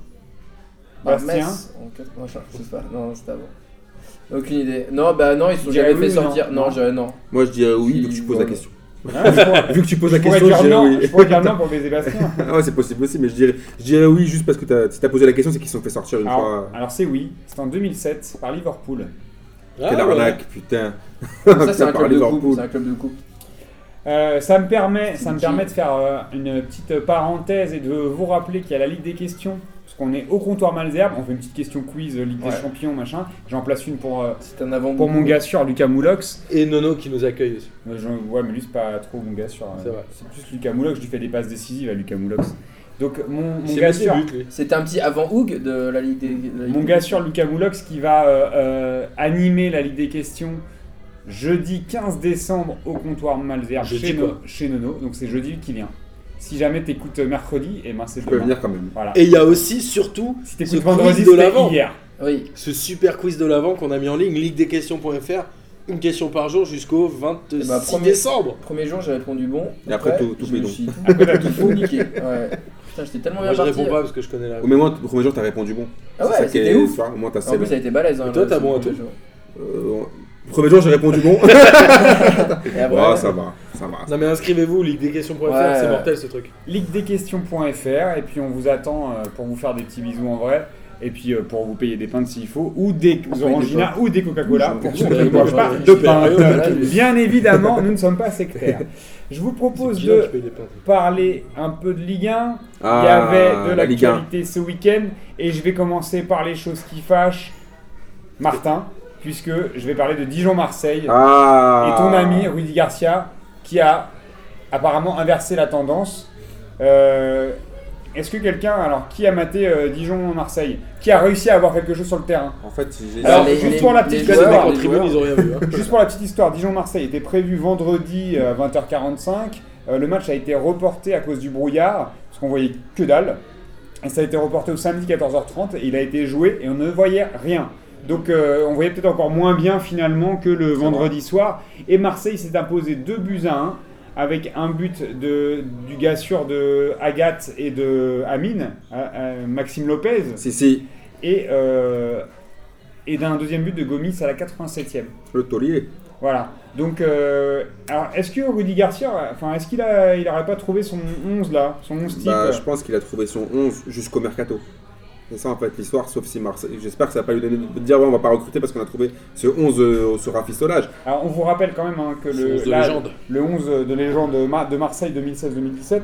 Bah, Bastien. Metz, en quatre- machin, je sais pas. Non, c'était avant. Aucune idée. Non, bah non, ils sont Tu jamais dirais oui fait ou non sortir. Non, je non. Moi, je dirais oui, Qui- vu que tu poses la Ouais. question. Hein, je pourrais- Vu que tu poses je la pourrais question, je dire dirais non, oui. je pourrais dire non pour baiser Bastien. ouais, c'est possible aussi, mais je dirais, je dirais oui juste parce que t'as- si t'as posé la question, c'est qu'ils se sont fait sortir une Alors, fois. alors c'est oui, c'est en 2007 par Liverpool. Ah, Quelle ouais. arnaque, putain. Ça, c'est Ça un parle club de coupe. Liverpool. C'est un club de coupe. Euh, ça me permet, ça me Qui permet de faire euh, une petite parenthèse et de vous rappeler qu'il y a la Ligue des questions. Parce qu'on est au comptoir Malzerbe, on fait une petite question quiz, euh, Ligue Ouais. des Champions, machin. J'en place une pour, euh, C'est un avant pour mon gars sûr, Lucas Moulox. Et Nono qui nous accueille aussi. Euh, je- ouais, mais lui, c'est pas trop mon gars sûr. euh, C'est vrai. C'est plus Lucas Moulox, je lui fais des passes décisives à Lucas Moulox. Donc, mon, mon C'est gars mis ses sûr, buts, lui. C'était un petit avant Hoog de la Ligue des. de la Ligue Mon des- gars sur Lucas Moulox qui va euh, euh, animer la Ligue des questions jeudi 15 décembre au comptoir Malzer Jeudi chez, quoi No- chez Nono. Donc c'est jeudi qui vient. Si jamais t'écoutes mercredi, et ben c'est Tu peux demain. venir quand même. Voilà. Et il y a aussi, surtout, si ce t'écoutes quiz vendredi, de c'était l'avant. hier. Oui. ce super quiz de l'avant qu'on a mis en ligne, ligue-des-questions.fr, une question par jour jusqu'au 26 Eh ben, premier- décembre. Premier jour, j'ai répondu bon. Et après, tout- tout je me bidon. suis tout- Après, t'as tout tout faux. niqué. Ouais. Putain, j'étais tellement Moi, bien je parti. réponds pas parce que je connais la Ah Au même moment, au premier jour, t'as répondu bon. Ah C'est ça ouais, qui est- c'était tu ouf. vois, Au moins, t'as En plus, ça a c'est été balèze. hein, Et toi, le- t'as ce bon à premier tout. jour. euh, Premier jour, j'ai répondu bon. Et après, Ouais, ça va, ça va. Non mais inscrivez-vous, ligue-des-questions.fr, Ouais. c'est mortel ce truc. Ligue-des-questions.fr et puis on vous attend euh, pour vous faire des petits bisous en vrai et puis euh, pour vous payer des pintes s'il faut ou des paye des oranginas ou des Coca-Cola Oui, pour je ceux paye qui ne des boivent Coca-Cola. pas Je de paye rien. pintes. Bien évidemment, nous ne sommes pas sectaires. Je vous propose C'est Guillaume de qui paye les pintes. parler un peu de Ligue 1. Il y Ah, avait de la Ligue 1. l'actualité ce week-end et je vais commencer par les choses qui fâchent. Martin, puisque je vais parler de Dijon-Marseille Ah. et ton ami Rudy Garcia qui a apparemment inversé la tendance. Euh, Est-ce que quelqu'un, alors qui a maté euh, Dijon-Marseille, qui a réussi à avoir quelque chose sur le terrain En fait, j'ai. Alors, les- juste les- pour la les petite Les joueurs, histoire, mecs les en tribune, joueurs. ils ont rien vu. hein. Juste pour la petite histoire, Dijon-Marseille était prévu vendredi euh, à 20h45. Euh, le match a été reporté à cause du brouillard, parce qu'on voyait que dalle. Et ça a été reporté au samedi 14h30. Et il a été joué et on ne voyait rien. Donc euh, on voyait peut-être encore moins bien finalement que le vendredi soir. Et Marseille s'est imposé 2 buts à 1 avec un but de, du gars sûr de Agathe et de Amine, euh, euh, Maxime Lopez, Ah. Si, si, et, euh, et d'un deuxième but de Gomis à la 87e. le taulier. Voilà. Donc, euh, alors, est-ce que Rudy Garcia, enfin, est-ce qu'il a, il aurait pas trouvé son 11 là, son 11 type Bah, je pense qu'il a trouvé son 11 jusqu'au mercato. C'est ça en fait l'histoire, sauf si Marseille. J'espère que ça va pas lui donner de dire ouais, on va pas recruter parce qu'on a trouvé ce 11 euh, ce rafistolage. Alors, on vous rappelle quand même hein, que C'est une le, liste de là, légende. le 11 de légende de, Mar- de Marseille 2016-2017,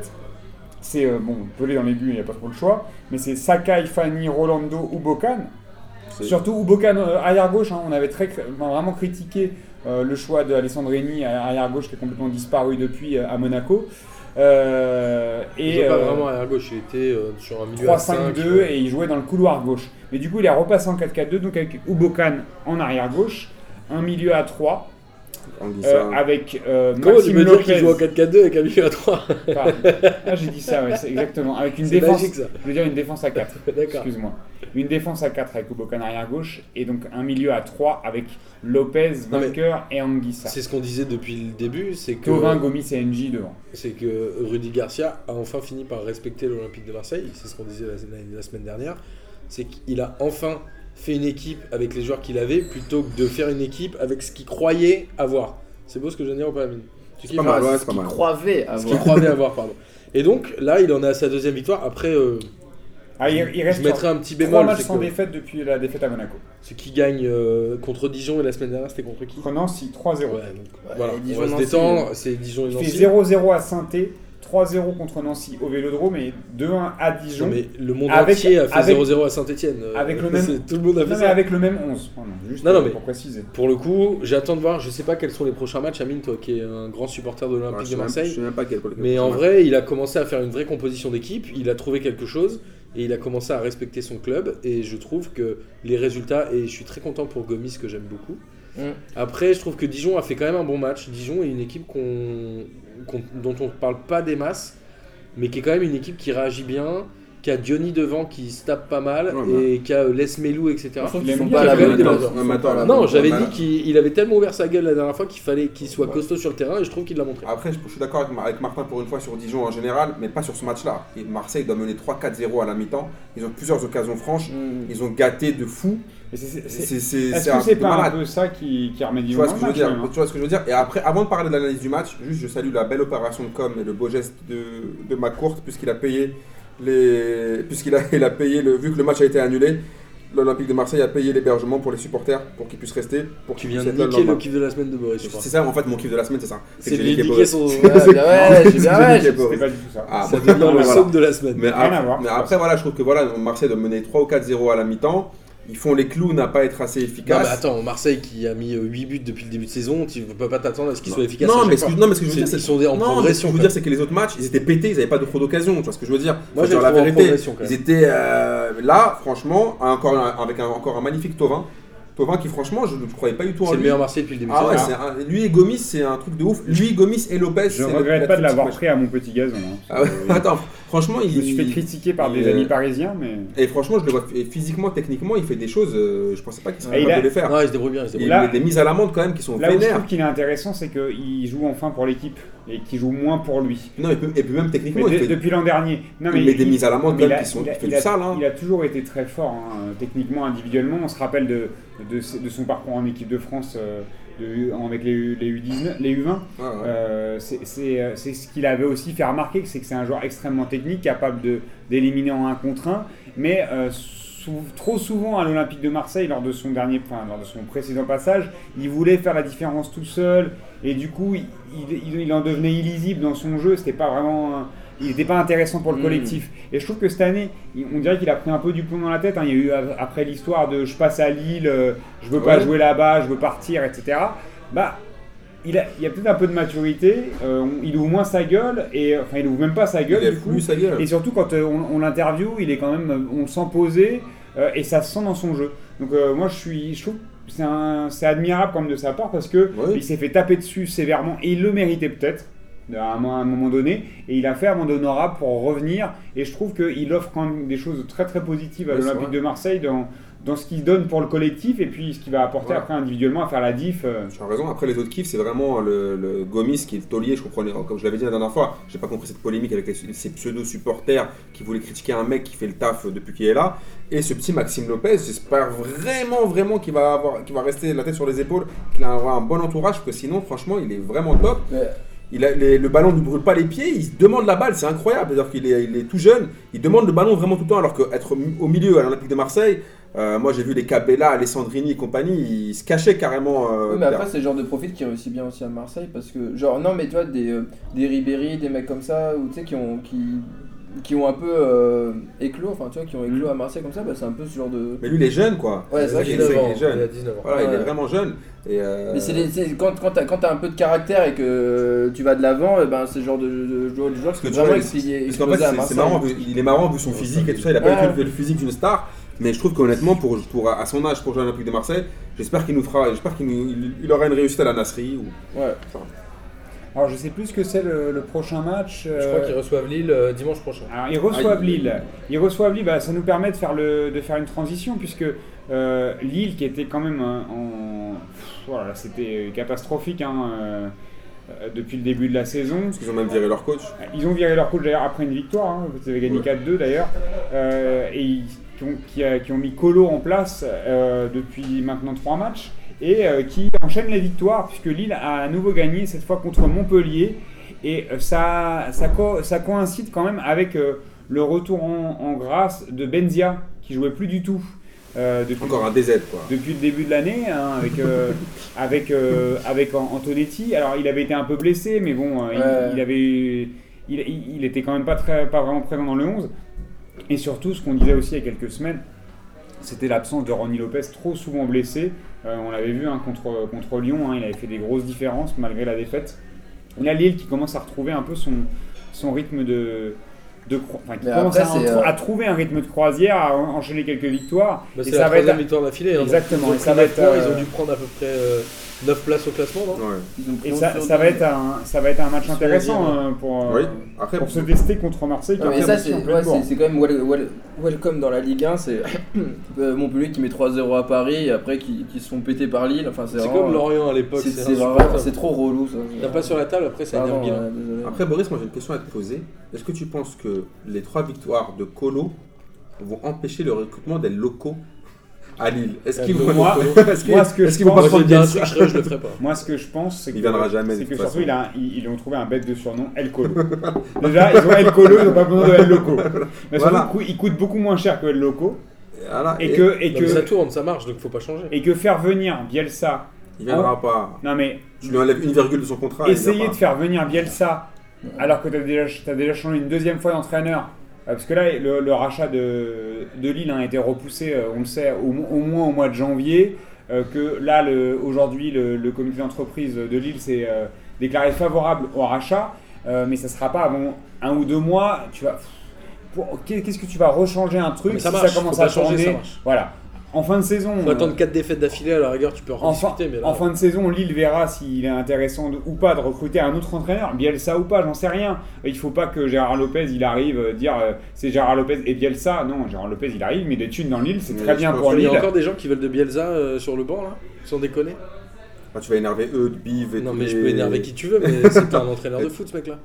c'est euh, bon, Pelé dans les buts, il n'y a pas trop le choix, mais c'est Sakai, Fanny, Rolando, Ubocan. C'est- Surtout Ubocan euh, arrière gauche, hein, on avait très, cr- enfin, vraiment critiqué euh, le choix de Alessandrini à l'arrière gauche qui est complètement disparu depuis euh, à Monaco. Euh, Il et jouait pas euh, vraiment à gauche, il était euh, sur un milieu à euh. 5. 3-5-2 et il jouait dans le couloir gauche. Mais du coup, il est repassé en 4-4-2, donc avec Ubokan en arrière gauche, un milieu à 3, Anguissa. avec euh, Comment tu Maxime me dire qu'il Lopez. joue en 4-4-2 avec un milieu à 3 Pardon. Ah, j'ai dit ça, ouais, c'est exactement. Avec une C'est défense, magique ça. je veux dire une défense à 4. D'accord. Excuse-moi. Une défense à 4 avec Ubokan arrière gauche et donc un milieu à 3 avec Lopez, Non, mais- Vainqueur et Anguissa. C'est ce qu'on disait depuis le début, c'est que, Thauvin, Gomis et NJ devant. c'est que Rudy Garcia a enfin fini par respecter l'Olympique de Marseille, c'est ce qu'on disait la, la- la semaine dernière, c'est qu'il a enfin fait une équipe avec les joueurs qu'il avait plutôt que de faire une équipe avec ce qu'il croyait avoir. C'est beau ce que je viens de dire ou pas, Amine Tu pas kiffes, mal, hein ouais, ce c'est pas qu'il mal. croyait Ce qu'il avoir. croyait avoir, pardon. Et donc là, il en est à sa deuxième victoire. Après, euh, Ah, il, il je reste mettrai un petit 3 bémol. matchs c'est sans que- défaite depuis la défaite à Monaco. Ce qui gagne euh, contre Dijon et la semaine dernière, c'était contre qui Ouais, Prenant 6 3-0. donc, voilà, et on Dijon, va se Nancy, détendre. C'est Dijon et Il fait Nancy. 0-0 à saint 3-0 contre Nancy au Vélodrome et 2-1 à Dijon. Non, mais le monde Avec- entier a fait avec- 0-0 à Saint-Etienne. avec le même- Tout le monde a fait Non, mais ça. avec le même 11. Voilà, juste Non, non, pour- mais- pour préciser. Pour le coup, j'attends de voir. Je sais pas quels sont les prochains matchs, Amine, toi qui es un grand supporter de Ouais, l'Olympique de je sais même- Je Marseille. sais même pas quel Mais en vrai, il a commencé à faire une vraie composition d'équipe. Il a trouvé quelque chose et il a commencé à respecter son club. Et je trouve que les résultats, et je suis très content pour Gomis que j'aime beaucoup. Mm. Après, je trouve que Dijon a fait quand même un bon match. Dijon est une équipe qu'on, qu'on- dont on ne parle pas des masses, mais qui est quand même une équipe qui réagit bien, qui a Diony devant qui se tape pas mal Ouais, et qui a euh, Lesmelou, etc. Je trouve Il qu'ils bah. sont aime pas à bien le la bonne Real de place. Madrid. Ouais, mais attends, là, Non, Non, j'avais Voilà. dit qu'il il avait tellement ouvert sa gueule la dernière fois qu'il fallait qu'il soit costaud sur le terrain et je trouve qu'il l'a montré. Après, je je suis d'accord avec, Ma- avec Martin pour une fois sur Dijon en général, mais pas sur ce match-là. Et Marseille doit mener 3-4-0 à la mi-temps. Ils ont plusieurs occasions franches. Mm. Ils ont gâté de fou. Mais c'est- c'est- C'est c'est- c'est- c'est Est-ce un que c'est truc de pas un malade. peu ça qui, qui remédie Tu au vois, ce que je veux match, dire, quand même, hein tu vois ce que je veux dire Et après, avant de parler de l'analyse du match, juste je salue la belle opération de com et le beau geste de, de Macourte, puisqu'il a payé les. Puisqu'il a, il a payé le. Vu que le match a été annulé, l'Olympique de Marseille a payé l'hébergement pour les supporters, pour qu'ils puissent rester, pour Qui qu'ils vient puissent de être là le niquer le lendemain. kiff de la semaine de Boris, je crois. C'est ça, en fait, mon kiff de la semaine, c'est ça. C'est que de j'ai lui niqué niquer Boris. son. Ouais, bah ouais, j'ai ah bien, ouais, j'ai- C'était pas du tout ça. Ah, Ça bon, devient le voilà. somme de la semaine. Mais, Rien à ap- voir. mais après, voilà, je trouve que voilà, Marseille doit mener 3 ou 4-0 à la mi-temps. Ils font les clowns à pas être assez Non, mais efficaces. attends, Marseille qui a mis euh, 8 buts depuis le début de saison, tu peux pas t'attendre à ce qu'ils soient efficaces. à non, chaque mais ce fois. que, non, mais ce que je veux C'est- dire, c'est ils sont des- en non, mais Ce que progression. je veux quoi. dire, c'est que les autres matchs, ils étaient pétés, ils n'avaient pas de trop d'occasion. Tu vois ce que je veux dire Moi, Faut je les dire la trouve en progression, quand même. Ils étaient euh, là, franchement, encore un- avec un, encore un magnifique Tovin. Tovin qui, franchement, je ne croyais pas du tout en C'est le lui. meilleur Marseille depuis le début de Ah ouais, saison. c'est un- lui et Gomis, c'est un truc de ouf. Lui, Gomis et Lopez. Je c'est le- regrette pas de la- l'avoir pris à mon petit gazon. hein. Ah ouais, Attends, franchement, il. Je me suis fait critiquer par des il- amis parisiens, mais. Et franchement, je le vois et physiquement, techniquement, il fait des choses. euh, je pensais pas qu'il serait Et il capable a- de les faire. Non, il se débrouille bien. il se Il débrouille y Là- a des mises à l'amende quand même qui sont Là où je vénères. trouve qu'il est intéressant, c'est qu'il joue enfin pour l'équipe et qu'il joue moins pour lui. Non, et puis, et puis même Mais techniquement, il de- fait, depuis l'an dernier. Non, il met des il- mises à l'amende mais quand il a- même qui sont il a- il fait il du a- sale. hein. Il a toujours été très fort, hein, techniquement, individuellement. On se rappelle de, de, ses- de son parcours en équipe de France euh, de- avec les, U, 19 les U20. Ouais, ouais. Euh, c'est- c'est euh, c'est ce qu'il avait aussi fait remarquer, c'est que c'est un joueur extrêmement technique, capable de- d'éliminer en un contre un, mais euh, sou- trop souvent à l'Olympique de Marseille, lors de son dernier, enfin, lors de son précédent passage, il voulait faire la différence tout seul, et du coup, il, il- il- il en devenait illisible dans son jeu. C'était pas vraiment, un- il n'était pas intéressant pour le Mm. collectif. Et je trouve que cette année, il- on dirait qu'il a pris un peu du plomb dans la tête. hein. Il y a eu av- après l'histoire de je passe à Lille, euh, je veux pas Ouais. jouer là-bas, je veux partir, etc. Bah il, a, il y a peut-être un peu de maturité, euh, on- il ouvre moins sa gueule, et euh, enfin il ouvre même pas sa Il gueule a du coup. plus sa gueule. Et surtout quand euh, on, on l'interview, il est quand même, euh, on le sent posé euh, et ça se sent dans son jeu. Donc euh, moi je suis, je trouve que c'est un- c'est admirable quand même de sa part parce que Oui. il s'est fait taper dessus sévèrement et il le méritait peut-être à un, mo- à un moment donné et il a fait un monde honorable pour revenir et je trouve qu'il offre quand même des choses très très positives à Oui, c'est l'Olympique vrai. de Marseille dans, dans ce qu'il donne pour le collectif et puis ce qu'il va apporter Ouais. après individuellement à faire la diff. euh, Tu as raison. Après, les autres kiffs, c'est vraiment le, le Gomis qui est le taulier. Je comprenais, comme je l'avais dit la dernière fois, j'ai pas compris cette polémique avec les- ces pseudo-supporters qui voulaient critiquer un mec qui fait le taf depuis qu'il est là. Et ce petit Maxime Lopez, j'espère vraiment, vraiment qu'il va, avoir, qu'il va rester la tête sur les épaules, qu'il aura un bon entourage, parce que sinon, franchement, il est vraiment top. Ouais. Il a, les- le ballon ne lui brûle pas les pieds, il se demande la balle, c'est incroyable. C'est-à-dire qu'il est, il est tout jeune, il demande le ballon vraiment tout le temps, alors qu'être au mi- au milieu à l'Olympique de Marseille, euh, moi j'ai vu les Cabella, Alessandrini et compagnie, ils se cachaient carrément. Ouais, euh, mais après, derrière. c'est le genre de profil qui réussit bien aussi à Marseille parce que, genre, non, mais tu vois, des, euh, des Ribéry, des mecs comme ça, ou tu sais, qui ont. Qui, qui ont un peu euh, éclos, enfin tu vois, qui ont éclos à Marseille comme ça, bah, c'est un peu ce genre de. Mm. Mais lui, il est jeune, quoi. Ouais, c'est vrai Il est qu'il est jeune, ans. il est Il a jeune. 19 ans. Voilà, il Ouais. est vraiment jeune. Et euh, Mais c'est des- c'est- quand, quand t'as quand t'as un peu de caractère et que tu vas de l'avant, eh ben, c'est le genre de, de joueur du genre qui que peut tu vois, vraiment il- expli- Parce qu'en fait, exploser à c'est- c'est Marseille. marrant, vu- il est marrant vu son physique et tout ça, il a pas Ouais. du tout le- le physique d'une star. Mais je trouve qu'honnêtement, pour, pour, à son âge, pour jouer à l'Olympique de Marseille, j'espère qu'il nous fera, j'espère qu'il nous- il, il aura une réussite à la Nasserie. Ou... Ouais. Alors, je sais plus ce que c'est le, le prochain match. Je crois qu'ils reçoivent Lille euh, dimanche prochain. Alors ils reçoivent Ah, il- Lille. Ils reçoivent Lille, bah, ça nous permet de faire, le, de faire une transition puisque euh, Lille qui était quand même un- en... pff, Voilà, c'était catastrophique hein, euh, euh, depuis le début de la saison. Parce qu'ils ont même viré leur coach. Ils ont viré leur coach d'ailleurs après une victoire, hein, vous avez gagné Ouais. 4-2 d'ailleurs, euh, et ils, qui, ont, qui a- qui ont mis Colo en place euh, depuis maintenant 3 matchs, et euh, qui enchaînent les victoires, puisque Lille a à nouveau gagné, cette fois contre Montpellier, et euh, ça, ça, co- ça coïncide quand même avec euh, le retour en, en grâce de Benzia, qui jouait plus du tout. euh, depuis Encore un DZ, quoi. depuis le début de l'année hein, avec euh, avec euh, avec An- Antonetti. Alors il avait été un peu blessé, mais bon, euh, il- Ouais. il, avait eu- il, il- il était quand même pas très pas vraiment présent dans le 11. Et surtout, ce qu'on disait aussi il y a quelques semaines, c'était l'absence de Ronnie Lopez trop souvent blessé. Euh, on l'avait vu hein, contre contre Lyon, hein, il avait fait des grosses différences malgré la défaite. Là, Lille qui commence à retrouver un peu son son rythme de de cro- enfin, qui Mais commence après, à, c'est, en- euh, à trouver un rythme de croisière, à en- enchaîner quelques victoires. Bah, et c'est ça la va être troisième victoire d'affilée. hein. Exactement, Ils ont et pris ça va neuf être, points, euh, Ils ont dû prendre à peu près 9 places au classement, non Ouais. Ils ont pris Et en ça, sur- ça va être un, ça va être un match intéressant euh, pour, euh, Oui. Après, pour se tester contre Marseille. qui Non, a mais ça, perdu c'est ouais, complètement. c'est- c'est quand même wel- wel- welcome dans la Ligue 1. C'est euh, Montpellier qui met 3-0 à Paris et après qui, qui se font péter par Lille. Enfin, c'est C'est vraiment- comme Lorient à l'époque. c'est- C'est vraiment- insupportable. c'est trop relou ça. T'as pas sur la table, après ça Pardon, énerve bien. ouais, désolé. Après, Boris, moi j'ai une question à te poser. Est-ce que tu penses que les trois victoires de Colo vont empêcher le recrutement des locaux à Lille Est-ce qu'ils vont. Euh, Moi, Est-ce qu'ils- moi, ce que est-ce je qu'ils vont pense- pas Moi, Moi, prendre j'ai dit un des truc, je serais- je le ferais pas. Moi, ce que je pense, c'est que, Il viendra jamais, de c'est que toute surtout, façon. il a un- ils, ils lui ont trouvé un bête de surnom, El Colo. Déjà, ils ont El Colo, ils ont pas besoin de El Loco. Mais surtout, Voilà. cou- il coûte beaucoup moins cher que El Loco. Voilà, Et que, et Non, mais ça que, tourne, ça marche, donc faut pas changer. et que faire venir Bielsa. Il viendra pas. Non, mais Tu lui enlèves une virgule de son contrat. essayer il de faire venir Bielsa alors que tu as déjà, as déjà changé une deuxième fois d'entraîneur. euh, parce que là, le, le rachat de, de Lille hein, a été repoussé, euh, on le sait, au, mo- au moins au mois de janvier. euh, que là, le- aujourd'hui, le, le comité d'entreprise de Lille s'est euh, déclaré favorable au rachat. euh, mais ça sera pas avant un ou deux mois. Tu vas. pff, pour- qu'est- Qu'est-ce que tu vas rechanger un truc Mais ça si marche, ça commence faut à pas changer, changer ça marche. Voilà. En fin de saison. Faut euh, attendre 4 défaites d'affilée, à la rigueur, tu peux en en fin, rediscuter, mais là. en fin de saison, Lille verra s'il est intéressant de- ou pas de recruter un autre entraîneur, Bielsa ou pas, j'en sais rien. Il faut pas que Gérard Lopez il arrive euh, dire euh, c'est Gérard Lopez et Bielsa. Non, Gérard Lopez il arrive, mais des thunes dans Lille, c'est Mais très je bien pense pour Il y Lille. a encore des gens qui veulent de Bielsa euh, sur le banc, là Sans déconner Ah, tu vas énerver eux, de Biv et Non, tous mais je les- peux énerver qui tu veux, mais c'est pas un entraîneur de foot, ce mec-là.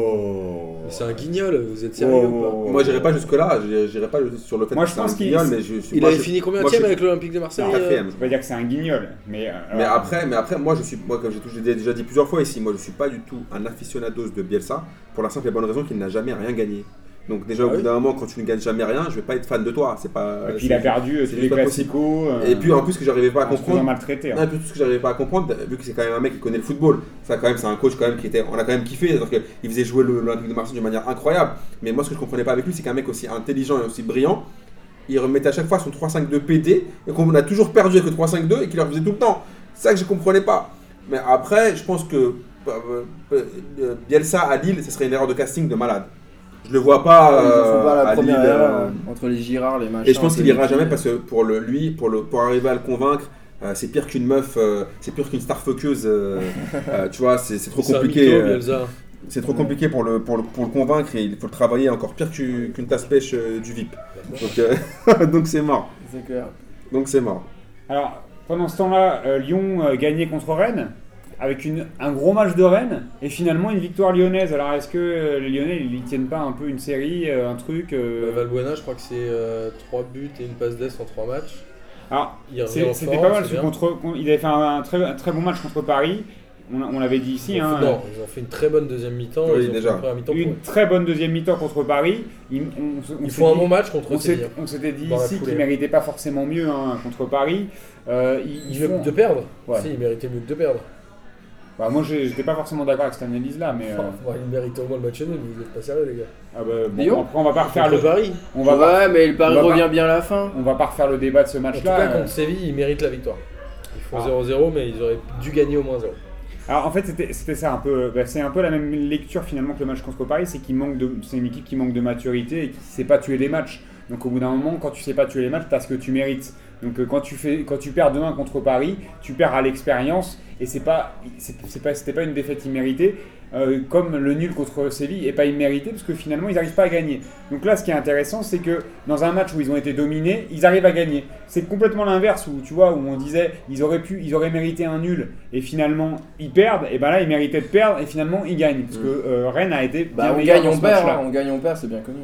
Oh. C'est un guignol, vous êtes sérieux ou pas Moi j'irai pas jusque-là, j'irai j'irai pas sur le fait Moi, que je c'est pense un qu'il- guignol, mais je suis Il moi, avait je- fini combien moi, je- avec l'olympique de Marseille euh Quatrième. Je vais pas dire que c'est un guignol, mais. euh, Mais alors, après, mais après, moi je suis, moi comme j'ai tout- j'ai déjà dit plusieurs fois ici, moi je suis pas du tout un aficionados de Bielsa pour la simple et bonne raison qu'il n'a jamais rien gagné. Donc déjà au Ah bout oui. d'un moment, quand tu ne gagnes jamais rien, je vais pas être fan de toi. C'est pas. et puis il a c'est- perdu euh, c'est tous les pas possible. classicos. euh, Et puis en plus ce que j'arrivais pas à en se faisant comprendre, maltraiter. non, et puis, tout ce que j'arrivais pas à comprendre, vu que c'est quand même un mec qui connaît le football, ça quand même c'est un coach quand même qui était, on a quand même kiffé, c'est-à-dire qu'il faisait jouer le- l'Olympique de Marseille d'une manière incroyable. Mais moi ce que je comprenais pas avec lui, c'est qu'un mec aussi intelligent et aussi brillant, il remettait à chaque fois son 3-5-2 PD et qu'on a toujours perdu avec le 3-5-2 et qu'il leur faisait tout le temps. C'est ça que je comprenais pas. Mais après, je pense que euh, euh, Bielsa à Lille, ce serait une erreur de casting de malade. Je le vois pas, Ils font euh, pas la à Lille. première erreur, euh, euh, entre les Girards, les machins. et je pense qu'il les- ira jamais parce que pour le, lui, pour, le, pour arriver à le convaincre, euh, c'est pire qu'une meuf, euh, c'est pire qu'une star fuckeuse. euh, euh, tu vois, c'est c'est trop C'est un compliqué. mytho, euh, Bielsa. c'est trop compliqué pour le, pour, le, pour le convaincre et il faut le travailler encore pire qu'u- qu'une tasse pêche euh, du VIP. Donc euh, donc c'est mort. C'est clair. Donc c'est mort. Alors, pendant ce temps-là, euh, Lyon euh, gagnait contre Rennes, avec une, un gros match de Rennes, et finalement une victoire lyonnaise. Alors, est-ce que euh, les Lyonnais, ils y tiennent pas un peu une série, euh, un truc euh, Euh, Valbuena, je crois que c'est 3 buts et une passe d'ess en 3 matchs. Alors, Il revient bah, en c'est- c'était forme, pas mal, c'est parce que bien. contre, con- il avait fait un, un très, un très bon match contre Paris, on, l'a- on l'avait dit ici. Ils ont hein. fait- Non, ils ont fait une très bonne deuxième mi-temps. Oui, ils ont déjà. fait une première mi-temps pour- Une très bonne deuxième mi-temps contre Paris. Ils, on se- on Ils s'est font un dit- bon match contre on s'est- Séville. on s'était dit Dans la ici foulée. qu'ils méritaient pas forcément mieux hein, contre Paris. Euh, ils, ils Ils méritent font- de perdre Ouais. Si, ils méritaient mieux que de perdre. Bah, moi, j'ai- j'étais pas forcément d'accord avec cette analyse-là, mais. euh, il mérite au moins le match nul, mais vous êtes pas sérieux, les gars. ah bah, bon, Lyon après, on va pas refaire Contre le. Paris. On va, pas- ouais, mais le Paris on va revient bien à la fin. on va pas refaire le débat de ce En tout cas, match-là. euh. contre Séville, ils méritent la victoire. Ils font Ah. 0-0, mais ils auraient dû gagner au moins 0. Alors en fait c'était c'était ça un peu, bah, c'est un peu la même lecture finalement que le match contre Paris, c'est qu'il manque de, c'est une équipe qui manque de maturité et qui sait pas tuer les matchs. Donc au bout d'un moment, quand tu sais pas tuer les matchs, t'as ce que tu mérites. Donc euh, quand tu fais, quand tu perds demain contre Paris, tu perds à l'expérience et c'est pas, c'est c'est pas, c'était pas une défaite imméritée. euh, comme le nul contre Séville est pas imméritée parce que finalement ils n'arrivent pas à gagner. Donc là, ce qui est intéressant, c'est que dans un match où ils ont été dominés, ils arrivent à gagner. C'est complètement l'inverse où tu vois où on disait ils auraient pu, ils auraient mérité un nul et finalement ils perdent. Et ben là, ils méritaient de perdre et finalement ils gagnent parce que euh, Rennes a été bien Mm. Bah, on meilleur gagne, dans on ce perd, match-là. hein, on gagne, on perd, c'est bien connu.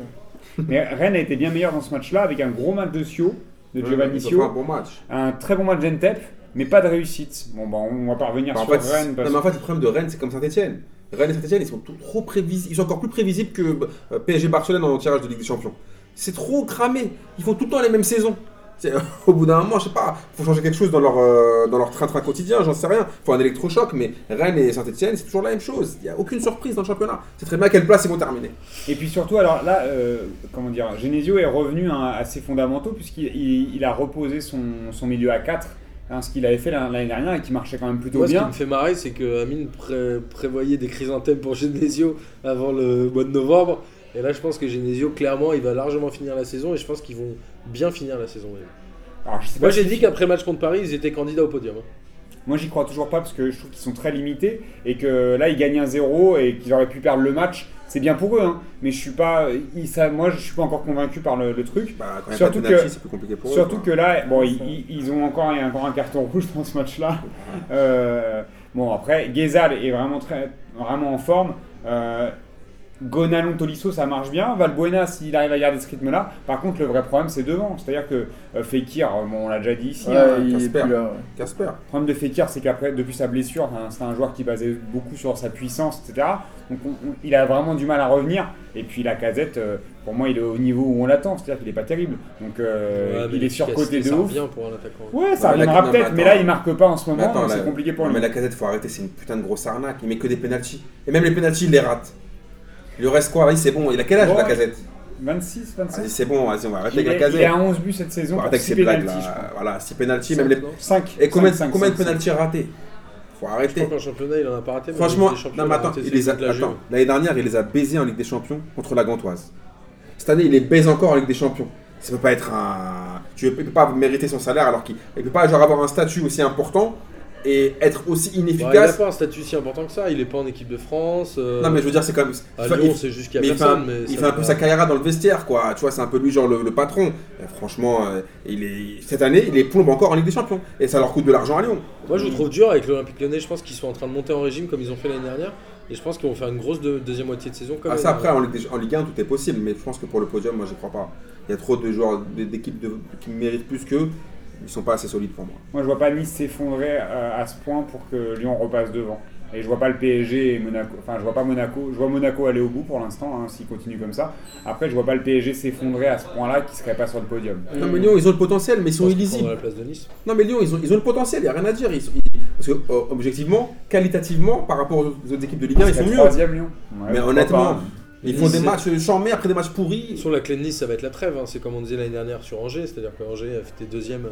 Mais Rennes a été bien meilleur dans ce match-là avec un gros match de Sio, de Giovanni Ils ont fait Sio, un bon match. un très bon match d'Entep, mais pas de réussite. Bon bah on va pas revenir Bah, en sur fait, Rennes parce non, mais en fait, le problème de Rennes, c'est comme Saint-Etienne. Rennes et Saint-Etienne, ils sont tout- trop prévisibles. Ils sont encore plus prévisibles que euh, PSG Barcelone en tirage de Ligue des Champions. C'est trop cramé. Ils font tout le temps les mêmes saisons. C'est- Au bout d'un moment, je sais pas, faut changer quelque chose dans leur euh, dans leur train-train quotidien, j'en sais rien. Faut un électrochoc, mais Rennes et Saint-Etienne, c'est toujours la même chose. Il n'y a aucune surprise dans le championnat. C'est très bien à quelle place ils vont terminer. Et puis surtout, alors là, euh, comment dire, Genesio est revenu hein, à ses fondamentaux puisqu'il il- il a reposé son, son milieu à 4, ce qu'il avait fait l'an- l'année dernière et qui marchait quand même plutôt Moi, ce qui bien. me fait marrer, c'est que Amine pré- prévoyait des chrysanthèmes pour Genesio avant le mois de novembre. Et là, je pense que Genesio, clairement, il va largement finir la saison. Et je pense qu'ils vont bien finir la saison. même. Alors, je sais pas Moi, si- j'ai dit qu'après match contre Paris, ils étaient candidats au podium. hein. Moi, j'y crois toujours pas parce que je trouve qu'ils sont très limités et que là, ils gagnent un 0 et qu'ils auraient pu perdre le match. C'est bien pour eux, hein, mais je suis pas, ils- ça- moi, je suis pas encore convaincu par le- le truc. Bah, quand il y a Surtout pas de penalty, que- c'est plus compliqué pour Surtout eux. que là, bon, ils, ils- ils ont encore, il y a encore un carton rouge dans ce match-là. Euh, bon, après, Guézal est vraiment, très, vraiment en forme. Euh, Gonalon Tolisso, ça marche bien. Valbuena, s'il arrive à garder ce rythme-là. Par contre, le vrai problème, c'est devant. C'est-à-dire que euh, Fekir, euh, bon, on l'a déjà dit ici. Ouais, hein, euh, il est Casper. plus là. ouais. Casper. le problème de Fekir, c'est qu'après, depuis sa blessure, hein, c'est un joueur qui basait beaucoup sur sa puissance, etc. Donc, on- on- il a vraiment du mal à revenir. Et puis, la casette, euh, pour moi, il est au niveau où on l'attend. C'est-à-dire qu'il n'est pas terrible. Donc, euh, Ouais, mais il est surcoté l'efficacité, de ça ouf. revient pour un attaquant. Ouais, ça Ouais, mais reviendra la- peut-être, non, mais mais là attends. il marque pas en ce Mais moment, attends, donc c'est la- compliqué pour non, lui. Mais la casette, faut arrêter, c'est une putain de grosse arnaque. Il met que des pénalties. Et même les pénalties, il les rate. Il lui reste quoi Vas-y, c'est bon. Il a quel âge, Bon. la casette 26, Vas-y, 26. Ah, c'est bon, vas-y, on va arrêter Il, avec est, la il est casette. à 11 buts cette saison On pour va arrêter avec 6 ces blagues pénalties, là. je crois. Voilà, 6 pénalties, même les. 5. Et combien, combien de pénalties ratés Faut Je arrêter. crois qu'en championnat, il en a pas raté. mais Franchement, il était champion, non, mais il a attends, raté il ses les a- buts de la Juve. attends, l'année dernière, il les a baisés en Ligue des Champions contre la Gantoise. Cette année, il les baise encore en Ligue des Champions. Ça peut pas être un. Tu peux pas mériter son salaire alors qu'il il peut pas genre, avoir un statut aussi important et être aussi Bah, il n'a inefficace. pas un statut si important que ça. Il est pas en équipe de France. euh, Non, mais je veux dire, c'est quand même. à enfin, Lyon, il- c'est juste qu'il y mais a il fait un, personne. mais il ça fait un va- peu sa carrière dans le vestiaire, quoi. Tu vois, c'est un peu lui, genre le, le patron. Et franchement, euh, il est, cette année, il les plombe encore en Ligue des Champions. Et ça leur coûte de l'argent à Lyon. Moi, je vous trouve dur avec l'Olympique Lyonnais. Je pense qu'ils sont en train de monter en régime comme ils ont fait l'année dernière. Et je pense qu'ils vont faire une grosse deux- deuxième moitié de saison. Comme Ah, ça, l'année après, en Ligue, des- en Ligue 1, tout est possible. Mais je pense que pour le podium, moi, je crois pas. Il y a trop de joueurs, d- d'équipes de- qui méritent plus qu'eux. Ils sont pas assez solides pour moi. Moi je vois pas Nice s'effondrer euh, à ce point pour que Lyon repasse devant. Et je vois pas le PSG et Monaco. Enfin, je vois pas Monaco. Je vois Monaco aller au bout pour l'instant, hein, s'il continue comme ça. Après, je vois pas le PSG s'effondrer à ce point-là qui serait pas sur le podium. Non, Mmh. mais Lyon, ils ont le potentiel, mais ils dernière. Mm. Je sont pense qu'ils prendront illisibles. la place de Nice. Non, mais Lyon, ils ont, ils ont le potentiel, il n'y a rien à dire. Ils sont- ils- parce que, euh, objectivement, qualitativement, par rapport aux autres équipes de Ligue 1, ils Serait sont mieux. troisième Lyon. Ouais, Mais pourquoi honnêtement, pas. hein. ils font des Ils- matchs chambés après des matchs pourris. Sur la clé de Nice, ça va être la trêve. hein. C'est comme on disait l'année dernière sur Angers. C'est-à-dire que Angers a fait deuxième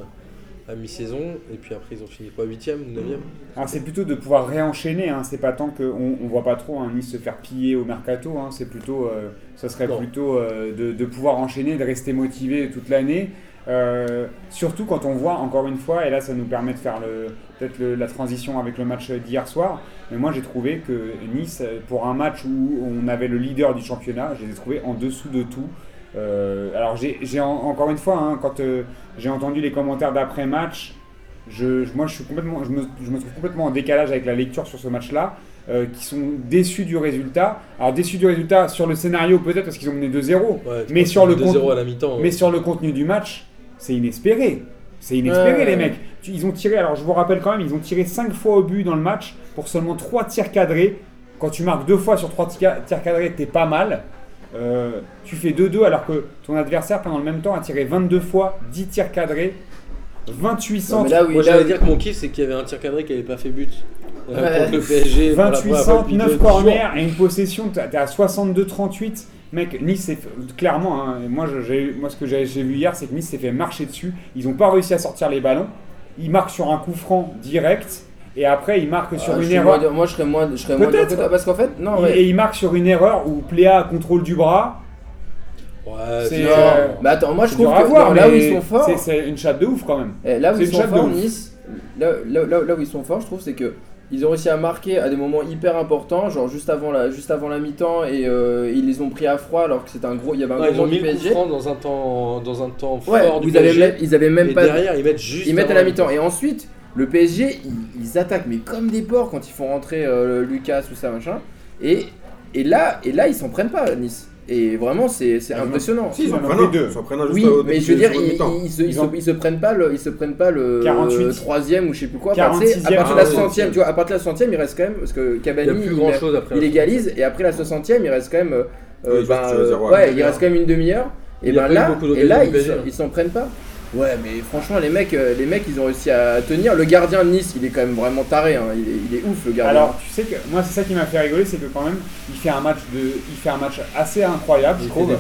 à mi-saison. Et puis après, ils ont fini quoi 8ème, 9ème Alors c'est plutôt de pouvoir réenchaîner, hein. c'est pas tant qu'on on voit pas trop hein, Nice se faire piller au mercato, hein. c'est plutôt, euh, ça serait Non. plutôt euh, de, de pouvoir enchaîner, de rester motivé toute l'année, Euh, surtout quand on voit encore une fois, et là ça nous permet de faire le- peut-être le- la transition avec le match d'hier soir, mais moi j'ai trouvé que Nice, euh, pour un match où on avait le leader du championnat, je les ai trouvés en dessous de tout. Euh, alors j'ai j'ai en- encore une fois, hein, quand euh, j'ai entendu les commentaires d'après-match, je, je- moi je, suis complètement, je, me, je me trouve complètement en décalage avec la lecture sur ce match-là, euh, qui sont déçus du résultat. Alors déçus du résultat sur le scénario peut-être parce qu'ils ont mené 2-0, Ouais, je Mais pense sur le qu'ils ont 2-0 compte- à la mi-temps. hein. mais sur le contenu du match, c'est inespéré. C'est inespéré Ouais. les mecs. Tu- Ils ont tiré, alors je vous rappelle quand même, ils ont tiré 5 fois au but dans le match pour seulement 3 tirs cadrés. Quand tu marques 2 fois sur 3 tirs cadrés, t'es pas mal. Euh, tu fais 2-2 alors que ton adversaire pendant le même temps a tiré 22 fois 10 tirs cadrés, 28 Non, mais centres. là, oui, Moi, là, ah ah, j'allais dire que mon kiff, c'est qu'il y avait un tir cadré qui n'avait pas fait but euh, contre le PSG. pour la 28 première fois centres, depuis 9 deux jours. corners et une possession, t'as- t'es à 62-38. Mec, Nice, s'est fait- clairement, hein, moi, je- j'ai- moi ce que j'ai j'ai vu hier, c'est que Nice s'est fait marcher dessus. Ils n'ont pas réussi à sortir les ballons. Ils marquent sur un coup franc direct et après ils marquent sur Ah, je une serais erreur. moins- Moi, je serais moins. Je serais moins Peut-être. dur que toi, parce qu'en fait, non, Il- ouais. Et ils marquent sur une erreur où Pléa contrôle du bras. Ouais, C'est- c'est Non, euh, mais Bah, attends, moi Ah, je C'est trouve dur que à voir, non, là où mais ils sont forts, c'est- C'est une chatte de ouf quand même. eh, là où c'est ils une sont chape de forts, ouf. Nice, là, là- là- là où ils sont forts, je trouve, c'est que ils ont réussi à marquer à des moments hyper importants, genre juste avant la, juste avant la mi-temps, et euh, ils les ont pris à froid alors que c'était un gros, il y avait un ils gros ont du mis le coup PSG. franc dans un temps, dans un temps Ouais, fort du vous avez PSG. même- ils avaient même et pas. derrière, ils mettent juste. Ils mettent à avant la mi-temps. Et ensuite, le PSG, ils, ils attaquent, mais comme des porcs quand ils font rentrer euh, Lucas ou ça, machin. Et, et, là, et là, ils s'en prennent pas, Nice. Et vraiment, c'est c'est Ah, impressionnant. Si, ils en ont Enfin, pris non, deux. ils s'en prennent un juste Oui, au mais début je veux du dire, second ils, mi-temps. ils se, ils, Ils se, ont- ils se prennent pas le, ils se prennent pas le 48. euh, troisième ou je sais plus quoi. Enfin, tu sais, 46e, à ah partir de la 46e. 60e, tu vois, à partir de la 60e, il reste quand même parce que Il n'y a Cavani, plus il, grand chose après. il égalise et après la 60e, il reste quand même. euh, Oui, je vois ben, ce que tu veux dire, ouais, ouais, une il demi-heure. reste quand même une demi-heure. Et Il y a ben pas eu là, beaucoup d'occasions et là, du ils PSG, se- hein. ils s'en prennent pas. Ouais, mais franchement, les mecs, euh, les mecs, ils ont réussi à tenir. Le gardien de Nice, il est quand même vraiment taré. hein. Il, est, il est ouf, le gardien. Alors, tu sais que moi, c'est ça qui m'a fait rigoler, c'est que quand même, il fait un match de, il fait un match assez incroyable, je trouve.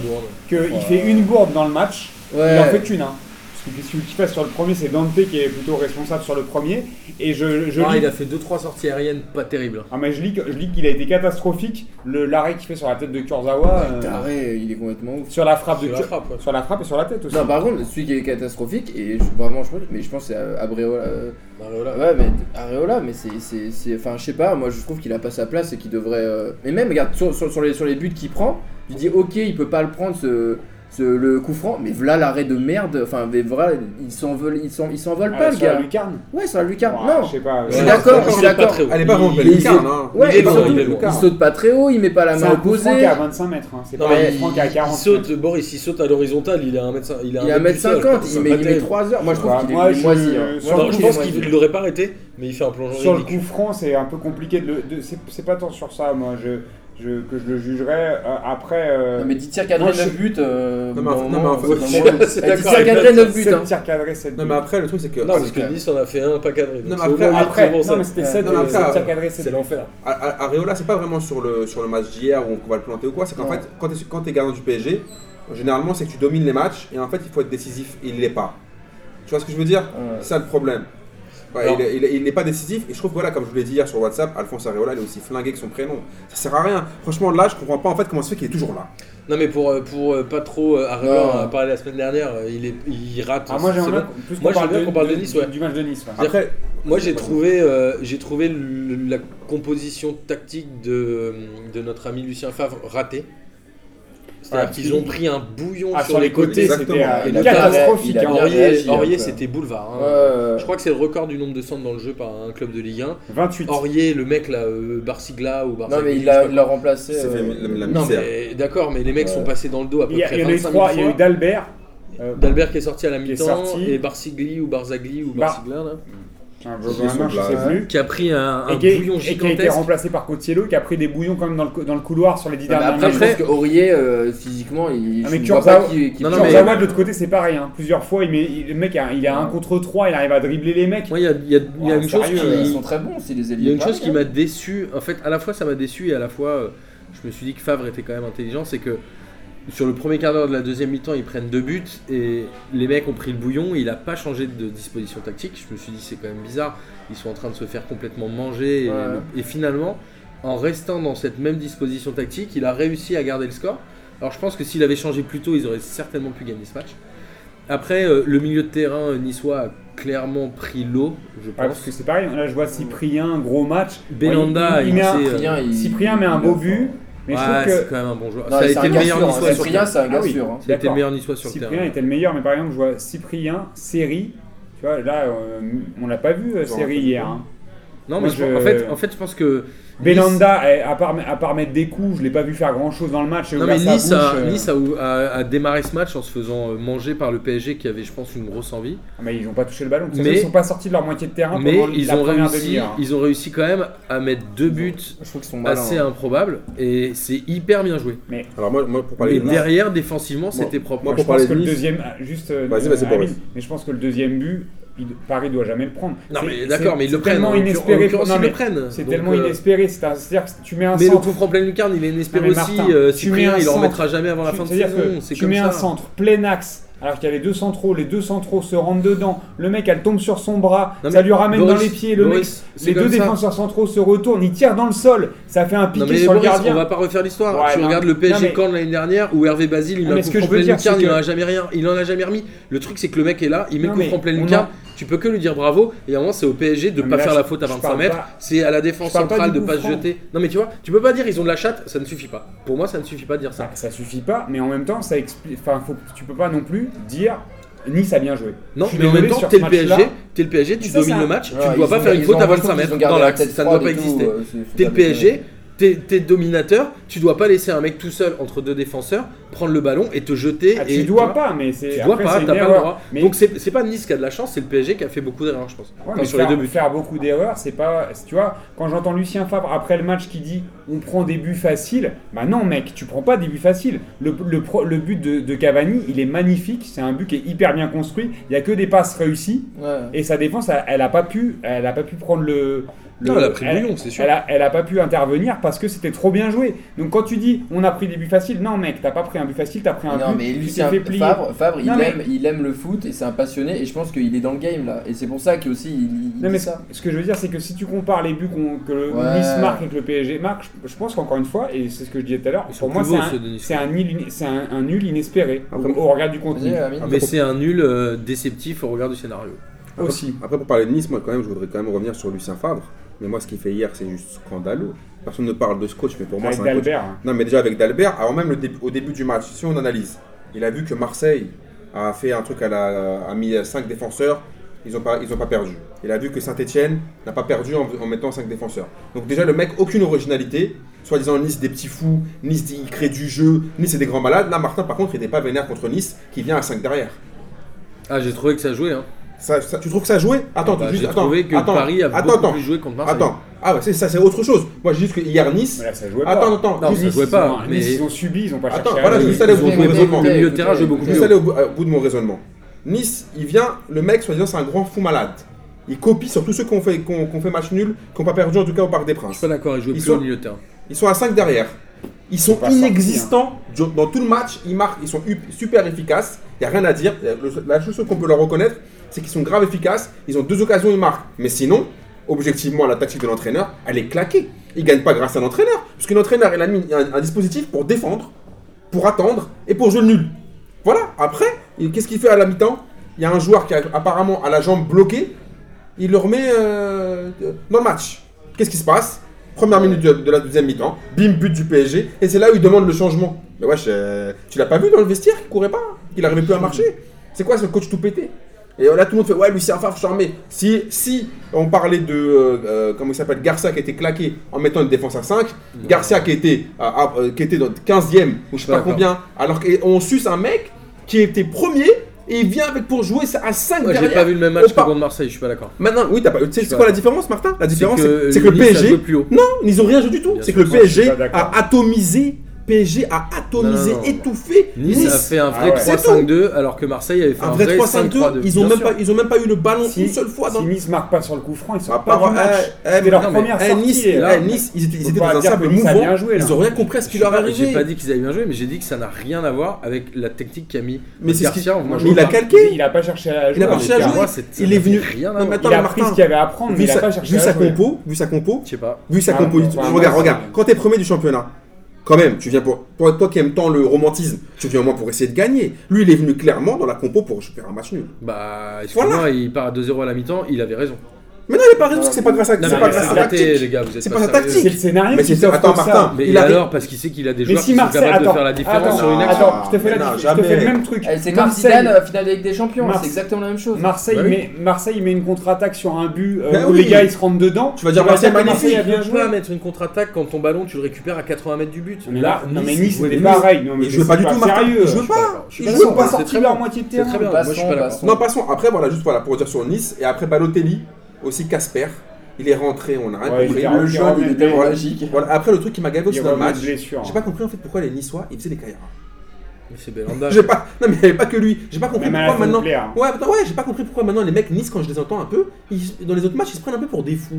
Qu'il fait une bourde dans le match, ouais. il en fait une. Hein. Parce que qu'est-ce que tu passes sur le premier, c'est Dante qui est plutôt responsable sur le premier. Et je, je Ah, lis, il a fait 2-3 sorties aériennes pas terribles. ah, mais je lis, que- je lis qu'il a été catastrophique. Le l'arrêt qu'il fait sur la tête de Kurzawa, Ouais, euh, taré, il est complètement ouf. sur la frappe de Sur la Kur- frappe, ouais. sur la frappe et sur la tête aussi. Non, par contre, celui qui est catastrophique, et je- vraiment, je, mais je pense que c'est à- à Abreola. euh, Bah, voilà. Ouais, mais Areola, mais c'est. c'est- c'est- Enfin, je sais pas, moi je trouve qu'il a pas sa place et qu'il devrait. euh, Mais même, regarde, sur, sur- sur les, sur les buts qu'il prend, tu dis, ok, il peut pas le prendre ce, ce- le coup franc, mais voilà l'arrêt de merde. Enfin, mais voilà, il s'envole, il s'en- il s'envole Ah, pas, le sur la gars. lucarne. Ouais, sur la lucarne, Ouais, non. Je sais pas. euh, Je suis ouais. d'accord, c'est je suis Pas d'accord. très haut. Elle est pas contre Il- les il- lucarnes, hein. Ouais, Il est et bon, surtout, il est bon. il saute pas très haut, il met pas la C'est main un coup franc qui opposée. est à 25 mètres. hein. C'est Non, pas un mais coup franc qui est à 40 il saute, Boris, il saute à l'horizontale, il est à 1m50. Il Il est à 1m50, il met, il met 3 heures. Moi je trouve Ouais, qu'il moi, est je- moisi. hein. sur Moi, le je je coup, trouve pense qu'il est qu'il moisi. l'aurait pas arrêté, mais il fait un plongeon Sur le ridicule. coup franc, c'est un peu compliqué de le. de- c'est- c'est pas tant sur ça, moi, je, je- que je le jugerais. euh, après, euh, Non, mais dit tir Moi, cadré je- 9 buts. euh, Non, mais en- dans un non, mais en moment, fait- dans un Je moment- suis Eh, dit d'accord tir avec cadré toi. 9 buts. sept hein. tirs cadrés, sept Non, buts. mais après, le truc, c'est que. Non, parce que Nice en a fait un, pas cadré. donc Non, mais c'est au après- moins huit Après, devant non, sept. mais c'était 7 Non, mais après, tirs cadrés, sept C'est l'enfer. A- A- Areola, c'est pas vraiment sur le, sur le match d'hier où on va le planter ou quoi, c'est qu'en fait, quand t'es quand t'es gardien du PSG, généralement, c'est que tu domines les matchs et en fait, il faut être décisif et il l'est pas. Tu vois ce que je veux dire C'est ça le problème. Ouais, Alors- il est- il est- il n'est pas décisif et je trouve que voilà, comme je vous l'ai dit hier sur WhatsApp, Alphonse Areola, il est aussi flingué que son prénom. Ça sert à rien. Franchement, là, je comprends pas en fait comment ça se fait qu'il est toujours là. Non, mais pour, euh, pour euh, pas trop euh, arriver Non. à parler la semaine dernière, euh, il, est, il rate. Ah, moi, c'est- j'aimerais c'est bien bon. qu'on- plus Moi, qu'on parle j'aimerais de, qu'on parle de de- Nice, ouais. du match de Nice. ouais. Après, Moi, j'ai trouvé, euh, j'ai trouvé le- la composition tactique de, de notre ami Lucien Favre ratée. C'est-à-dire Ouais. qu'ils ont pris un bouillon Ah, sur les côtés. exactement. c'était euh, Et une la- catastrophique. il a- hein. il a- Aurier, réagi, hein, Aurier, quoi. c'était boulevard. hein. Ouais. Je crois que c'est le record du nombre de centres dans le jeu par un club de Ligue 1. 28. Aurier, le mec là, euh, Barcigla ou Barcigla. Non, mais il l'a il l'a remplacé. c'est euh, fait la, la Non, misère. mais d'accord, mais les mecs Ouais. sont passés dans le dos à peu Il y, a, près il y en a 25 eu 000 trois. Il y a eu fois. d'Albert. euh, D'Albert qui est sorti à la Qui est mi-temps sorti. et Barcigli ou Barzagli ou Bar- Barcigla là, un Ils sont Bogomar, je là, sais ouais. plus. qui a pris un, un et, qui est- bouillon et qui a été gigantesque. remplacé par Cotiello, qui a pris des bouillons quand même dans le, cou- dans le couloir sur les 10 Ah, bah, Non, mais dernières après, minutes. je pense que Aurier, euh, physiquement, il. Ah, je mais vois Kurzawa- pas qu'il- qu'il- Non, non, mais- Kurzawa, de l'autre côté, c'est pareil. hein. Plusieurs fois, il met- il- le mec, il a un contre 3, il arrive à dribbler les mecs. Moi, il y a, il y a- il y a Ouais, une chose sérieux, qui, euh, Ils sont très bons, c'est les il y a ailiers. une chose pareil, qui hein. m'a déçu. En fait, à la fois, ça m'a déçu et à la fois, euh, je me suis dit que Favre était quand même intelligent. C'est que sur le premier quart d'heure de la deuxième mi-temps, ils prennent deux buts et les mecs ont pris le bouillon. Il n'a pas changé de disposition tactique. Je me suis dit, c'est quand même bizarre. Ils sont en train de se faire complètement manger. et- Ouais. Et, finalement, en restant dans cette même disposition tactique, il a réussi à garder le score. Alors, je pense que s'il avait changé plus tôt, ils auraient certainement pu gagner ce match. Après, euh, le milieu de terrain euh, niçois a clairement pris l'eau, je Ouais, pense. parce que c'est pareil. Là, je vois Cyprien, gros match. Belanda, il- il il, met un- s'est, euh, Cyprien, il- Cyprien met un il- beau but. Mais ouais, je trouve c'est que quand même un bon joueur. Non, ça a c'est été un le gars meilleur sûr, hein. niçois sur Cyprien, terrain. c'est un Ah gars oui. sûr. hein. Ça a été le D'accord. meilleur niçois sur Cyprien terrain. était le meilleur, mais par exemple, je vois Cyprien, Série. Tu vois, là, euh, on l'a pas vu, euh, Ils ont Série, un peu hier. de hein. Non, mais Moi, je pense- je- en, fait, en fait, je pense que. Belanda, eh, à, part, à part mettre des coups, je l'ai pas vu faire grand chose dans le match. Nice, non, mais Nice, a, euh. Nice a, ou- a- a démarré ce match en se faisant euh, manger par le PSG qui avait, je pense, une grosse envie. Ah, Mais ils ont pas touché le ballon. Mais- Mais... Ils sont pas sortis de leur moitié de terrain mais pendant ils Ah, la ont, première réussi, demi-heure. hein. ils ont réussi quand même à mettre deux buts Je trouve qu'ils sont malins. assez euh. hein. improbables et c'est hyper bien joué. Alors, moi, moi, pour parler Et de Nice, derrière, défensivement, c'était propre. moi, je pour parler pense de que le Nice- deuxième, ah, juste, euh, Vas-y, vas-y, Amine, Boris. mais je pense que le deuxième but, il- Paris doit jamais le prendre. Non, C'est- mais c'est- d'accord, mais ils le c'est prennent. hein. tellement en l'occurrence, inespéré pour- non, ils mais le prennent. C'est Donc, tellement euh, inespéré, c'est un- c'est-à-dire que tu mets un Mais le centre, coup franc pleine lucarne, il est inespéré Non, mais aussi. Martin, euh, tu Cyprien, mets un il en centre. remettra jamais avant la fin de c'est-à-dire que saison. C'est tu comme mets ça. un centre plein axe, alors qu'il y a les deux centraux, les deux centraux se rentrent dedans, le mec elle tombe sur son bras, Non, ça mais lui ramène Boris, dans les pieds, le mec Boris, c'est les comme deux ça. défenseurs centraux se retournent, ils tirent dans le sol, ça fait un Non piqué mais sur Boris, le on gardien. va pas refaire l'histoire. Ouais, tu non. regardes le Non, PSG mais- Caen de l'année dernière où Hervé Basile il Non, met un mais ce coup que franc je veux pleine dire, c'est lucarne, il que- en a jamais rien, il en a jamais remis. Le truc c'est que le mec est là, il met Non, le coup mais franc pleine on lucarne. en- Tu peux que lui dire bravo et à un moment c'est au PSG de Non, pas mais là, faire je- la faute à je 25 parle mètres, pas- c'est à la défense je parle pas centrale du de coup pas se franc. jeter. Non mais tu vois, tu peux pas dire ils ont de la chatte, ça ne suffit pas. Pour moi ça ne suffit pas de dire ça. Ça, ça suffit pas, mais en même temps, ça explique. Enfin, faut- tu peux pas non plus dire Nice a bien joué. Non, Je suis mais en désolé, même temps, sur t'es ce le match-là- PSG, t'es le PSG, tu Ça, domines ça- le match, tu Ouais, ne dois ils pas ont- faire une ils faute ont- à je pense 25 qu'ils ont mètres gardé dans la l'axe, tête ça ne froide doit pas et tout, exister. euh, c'est- T'es le faut pas PSG, t'es t'es dominateur, tu dois pas laisser un mec tout seul entre deux défenseurs prendre le ballon et te jeter. Ah, et, tu vois, dois pas, mais c'est. Tu dois après, pas, c'est une t'as pas le erreur. droit. Mais, Donc c'est c'est pas Nice qui a de la chance, c'est le PSG qui a fait beaucoup d'erreurs, je pense. ouais, Enfin, mais sur les faire, deux buts. faire beaucoup d'erreurs, c'est pas. c'est- Tu vois, quand j'entends Lucien Fabre après le match qui dit on prend des buts faciles, bah non, mec, tu prends pas des buts faciles. Le, le pro- le but de, de Cavani, il est magnifique, c'est un but qui est hyper bien construit, il y a que des passes réussies. Ouais. Et sa défense, elle, elle a pas pu, elle a pas pu prendre le. le- Non, elle a pris le elle- bouillon, c'est sûr. Elle a, elle a pas pu intervenir parce que c'était trop bien joué. Donc quand tu dis, on a pris des buts faciles, non mec, t'as pas pris un but facile, t'as pris un Non but. mais tu t'es Lucien fait plier. Fabre, Fabre, il, Non, mais- aime, il aime le foot et c'est un passionné et je pense qu'il est dans le game là et c'est pour ça qu'il aussi il, il Non dit mais ça. ce que je veux dire, c'est que si tu compares les buts qu'on- que le Ouais. Nice marque et que le PSG marque, je, je pense qu'encore une fois, et c'est ce que je disais tout à l'heure, Ils sont pour moi plus c'est beaux, un, ceux de Nice. Ah, c'est un nul, c'est un- un nul inespéré au, Après- au regard du contenu. Vas-y, Amine. Mais c'est un nul euh, déceptif au regard du scénario. Après- Aussi. Après, pour parler de Nice, moi, quand même, je voudrais quand même revenir sur Lucien Favre. Mais moi, ce qu'il fait hier, c'est juste scandaleux. Personne ne parle de ce coach, mais pour moi, Avec c'est un coach. Dalbert. hein. Non, mais déjà avec Dalbert, avant même le dé- au début du match, si on analyse, il a vu que Marseille a fait un truc à la. a mis 5 défenseurs, ils n'ont pas, ils ont pas perdu. Il a vu que Saint-Etienne n'a pas perdu en, en mettant 5 défenseurs. Donc, déjà, le mec, aucune originalité. Soi-disant, Nice, des petits fous, Nice, il crée du jeu, Nice, c'est des grands malades. Là, Martin, par contre, il n'est pas vénère contre Nice, qui vient à 5 derrière. Ah, j'ai trouvé que ça jouait. Hein. Ça- ça- tu trouves que ça jouait Attends, Bah, tu- j'ai attends, trouvé que attends, Paris a attends, beaucoup attends, plus joué contre Marseille. Attends, ah ouais, c'est ça, c'est autre chose. Moi, j'ai juste que hier, Nice. Mais là, ça jouait pas. Attends, attends, Non, juste- ça Nice, jouait ils pas, ont- mais- Nice, ils ont subi, ils ont pas Attends, cherché à voilà, aller- juste allez ils vous ont trouver joué- raisonnement. Le milieu de terrain joue beaucoup Je plus vais haut. aller au, bout- euh, au bout de mon raisonnement. Nice, il vient, le mec, soi-disant, c'est un grand fou malade. Il copie sur tous ceux qu'on fait, qu'on qu'on fait match nul, qu'on pas perdu en tout cas au Parc des Je suis Princes. pas d'accord, il jouait Ils plus sont- au milieu de terrain. Ils sont à 5 derrière. Ils Ils sont hein. sont pas inexistants du- dans tout le match. Ils marquent, ils sont hup- super efficaces. Il n'y a rien à dire. Le- La chose qu'on peut leur reconnaître, c'est qu'ils sont grave efficaces. Ils ont deux occasions, ils marquent. Mais sinon, objectivement, la tactique de l'entraîneur, elle est claquée. Ils ne gagnent pas grâce à l'entraîneur. Parce que l'entraîneur, il a mis un, un dispositif pour défendre, pour attendre et pour jouer le nul. Voilà. Après, il- qu'est-ce qu'il fait à la mi-temps Il y a un joueur qui a apparemment à la jambe bloquée. Il le remet euh, dans le match. Qu'est-ce qui se passe Première minute de, de la deuxième mi-temps, bim, but du PSG, et c'est là où il demande le changement. Mais wesh, euh, tu l'as pas vu dans le vestiaire qu'il courait pas Qu'il arrivait plus à marcher C'est quoi ce coach tout pété Et là, tout le monde fait Ouais, Lucien Favre, charmé. Si, si on parlait de, euh, euh, comment il s'appelle, Garcia qui était claqué en mettant une défense à 5, Garcia qui était, à- à- euh, qui était dans 15ème ou je sais Pas pas d'accord. combien, alors qu'on suce un mec qui était premier et il vient avec pour jouer à 5 Moi, j'ai derrière. pas vu le même Au match que par- contre Marseille, je suis pas d'accord. Maintenant, oui, t'as pas. Tu sais, c'est pas quoi la différence, Martin La différence, c'est c'est que le Nice a joué PSG. plus haut. Non, ils ont rien joué du tout. Bien C'est sûr. que le Non, je PSG suis pas d'accord. a atomisé. PSG a atomisé, Non, non, non. étouffé Nice, Nice. a fait un vrai Ah ouais. 3-5-2 alors que Marseille avait fait un vrai 3-5-2. 5-3-2. Ils ont Bien même sûr. pas, ils ont même pas eu le ballon Si- une seule fois. Dans... Si Nice marque pas sur le coup franc, ils sont Ah, pas par- du match. eh, eh, mais C'était leur non, mais, première eh, sortie, Nice, et là, eh, Nice, ils étaient, ils faut étaient pas dans un dire simple que Nice a mouvement. bien joué, là. ils ont rien compris à ce qui leur J'ai arrivait. pas dit qu'ils avaient bien joué, mais j'ai dit que ça n'a rien à voir avec la technique qu'a mis Mais c'est ce Garcia. qui- Moi, je Mais il vois a pas. calqué. Il a pas cherché à jouer. Il a pas en cherché à tout cas. Pour jouer. moi, c'est- ça Il est n'a venu- rien à Non, mais voir. attends, Il a Martin. pris ce qu'il y avait à prendre, mais Vu il a sa, pas cherché vu à sa jouer. compo, vu sa compo, Je sais pas. vu sa Ah, compo, bon, tu- enfin, regarde, moi, regarde. c'est- Quand t'es premier du championnat, quand même, tu viens pour toi, toi qui aimes tant le romantisme, tu viens au moins pour essayer de gagner. Lui, il est venu clairement dans la compo pour faire un match nul. Bah, excuse-moi, Voilà. il part à 2-0 à la mi-temps, il avait raison. Mais non, il est pas raison parce que c'est pas grâce à Non, c'est mais pas grâce à la arrêtez, les tactique. gars, vous êtes C'est pas, pas la sérieux. C'est tactique. le scénario Mais qui c'est- s'offre attends, ça. Martin. Mais Il et a- alors, parce qu'il sait qu'il a des Mais joueurs si qui sont Marseille, capables de attends, faire la différence attends, sur une action. attends, je te fais, Mais la, non, je te fais jamais. le même truc. Eh, C'est comme Marseille, Zidane à la finale avec des champions, Marseille- c'est exactement la même chose. Marseille, Bah oui. met, Marseille met une contre-attaque sur un but euh, Ben où les oui. gars ils se rentrent dedans. Tu vas dire, On va Marseille, que magnifique. a bien Tu joué. peux pas mettre une contre-attaque quand ton ballon tu le récupères à 80 mètres du but. Mais là, non mais Nice jouait c'était mieux. pareil. Non mais Il jouait pas c'est du tout, Martin. sérieux. Il jouait pas. Je suis Il pas Ils jouait sont d'accord. pas C'est sortis très de leur bien. moitié de C'est très terrain. bien, moi je suis pas d'accord. Passons, Non, passons. Après, voilà, juste voilà, pour dire sur Nice. Et après, Balotelli, aussi Casper. Il est rentré, on a rien Ouais, il compris. est Le rentré. jeu, il est tellement Voilà. magique. Voilà, Après, le truc qui m'a Il gavé y aussi dans a le pas de match, blessure. j'ai pas compris en fait pourquoi les Niçois ils faisaient des carrières. Mais c'est Belanda. J'ai pas, non mais il y avait pas que lui. J'ai pas compris Même à la fin pourquoi de maintenant. plaire. Ouais, putain, ouais, j'ai pas compris pourquoi maintenant les mecs Nice quand je les entends un peu, ils- dans les autres matchs ils se prennent un peu pour des fous.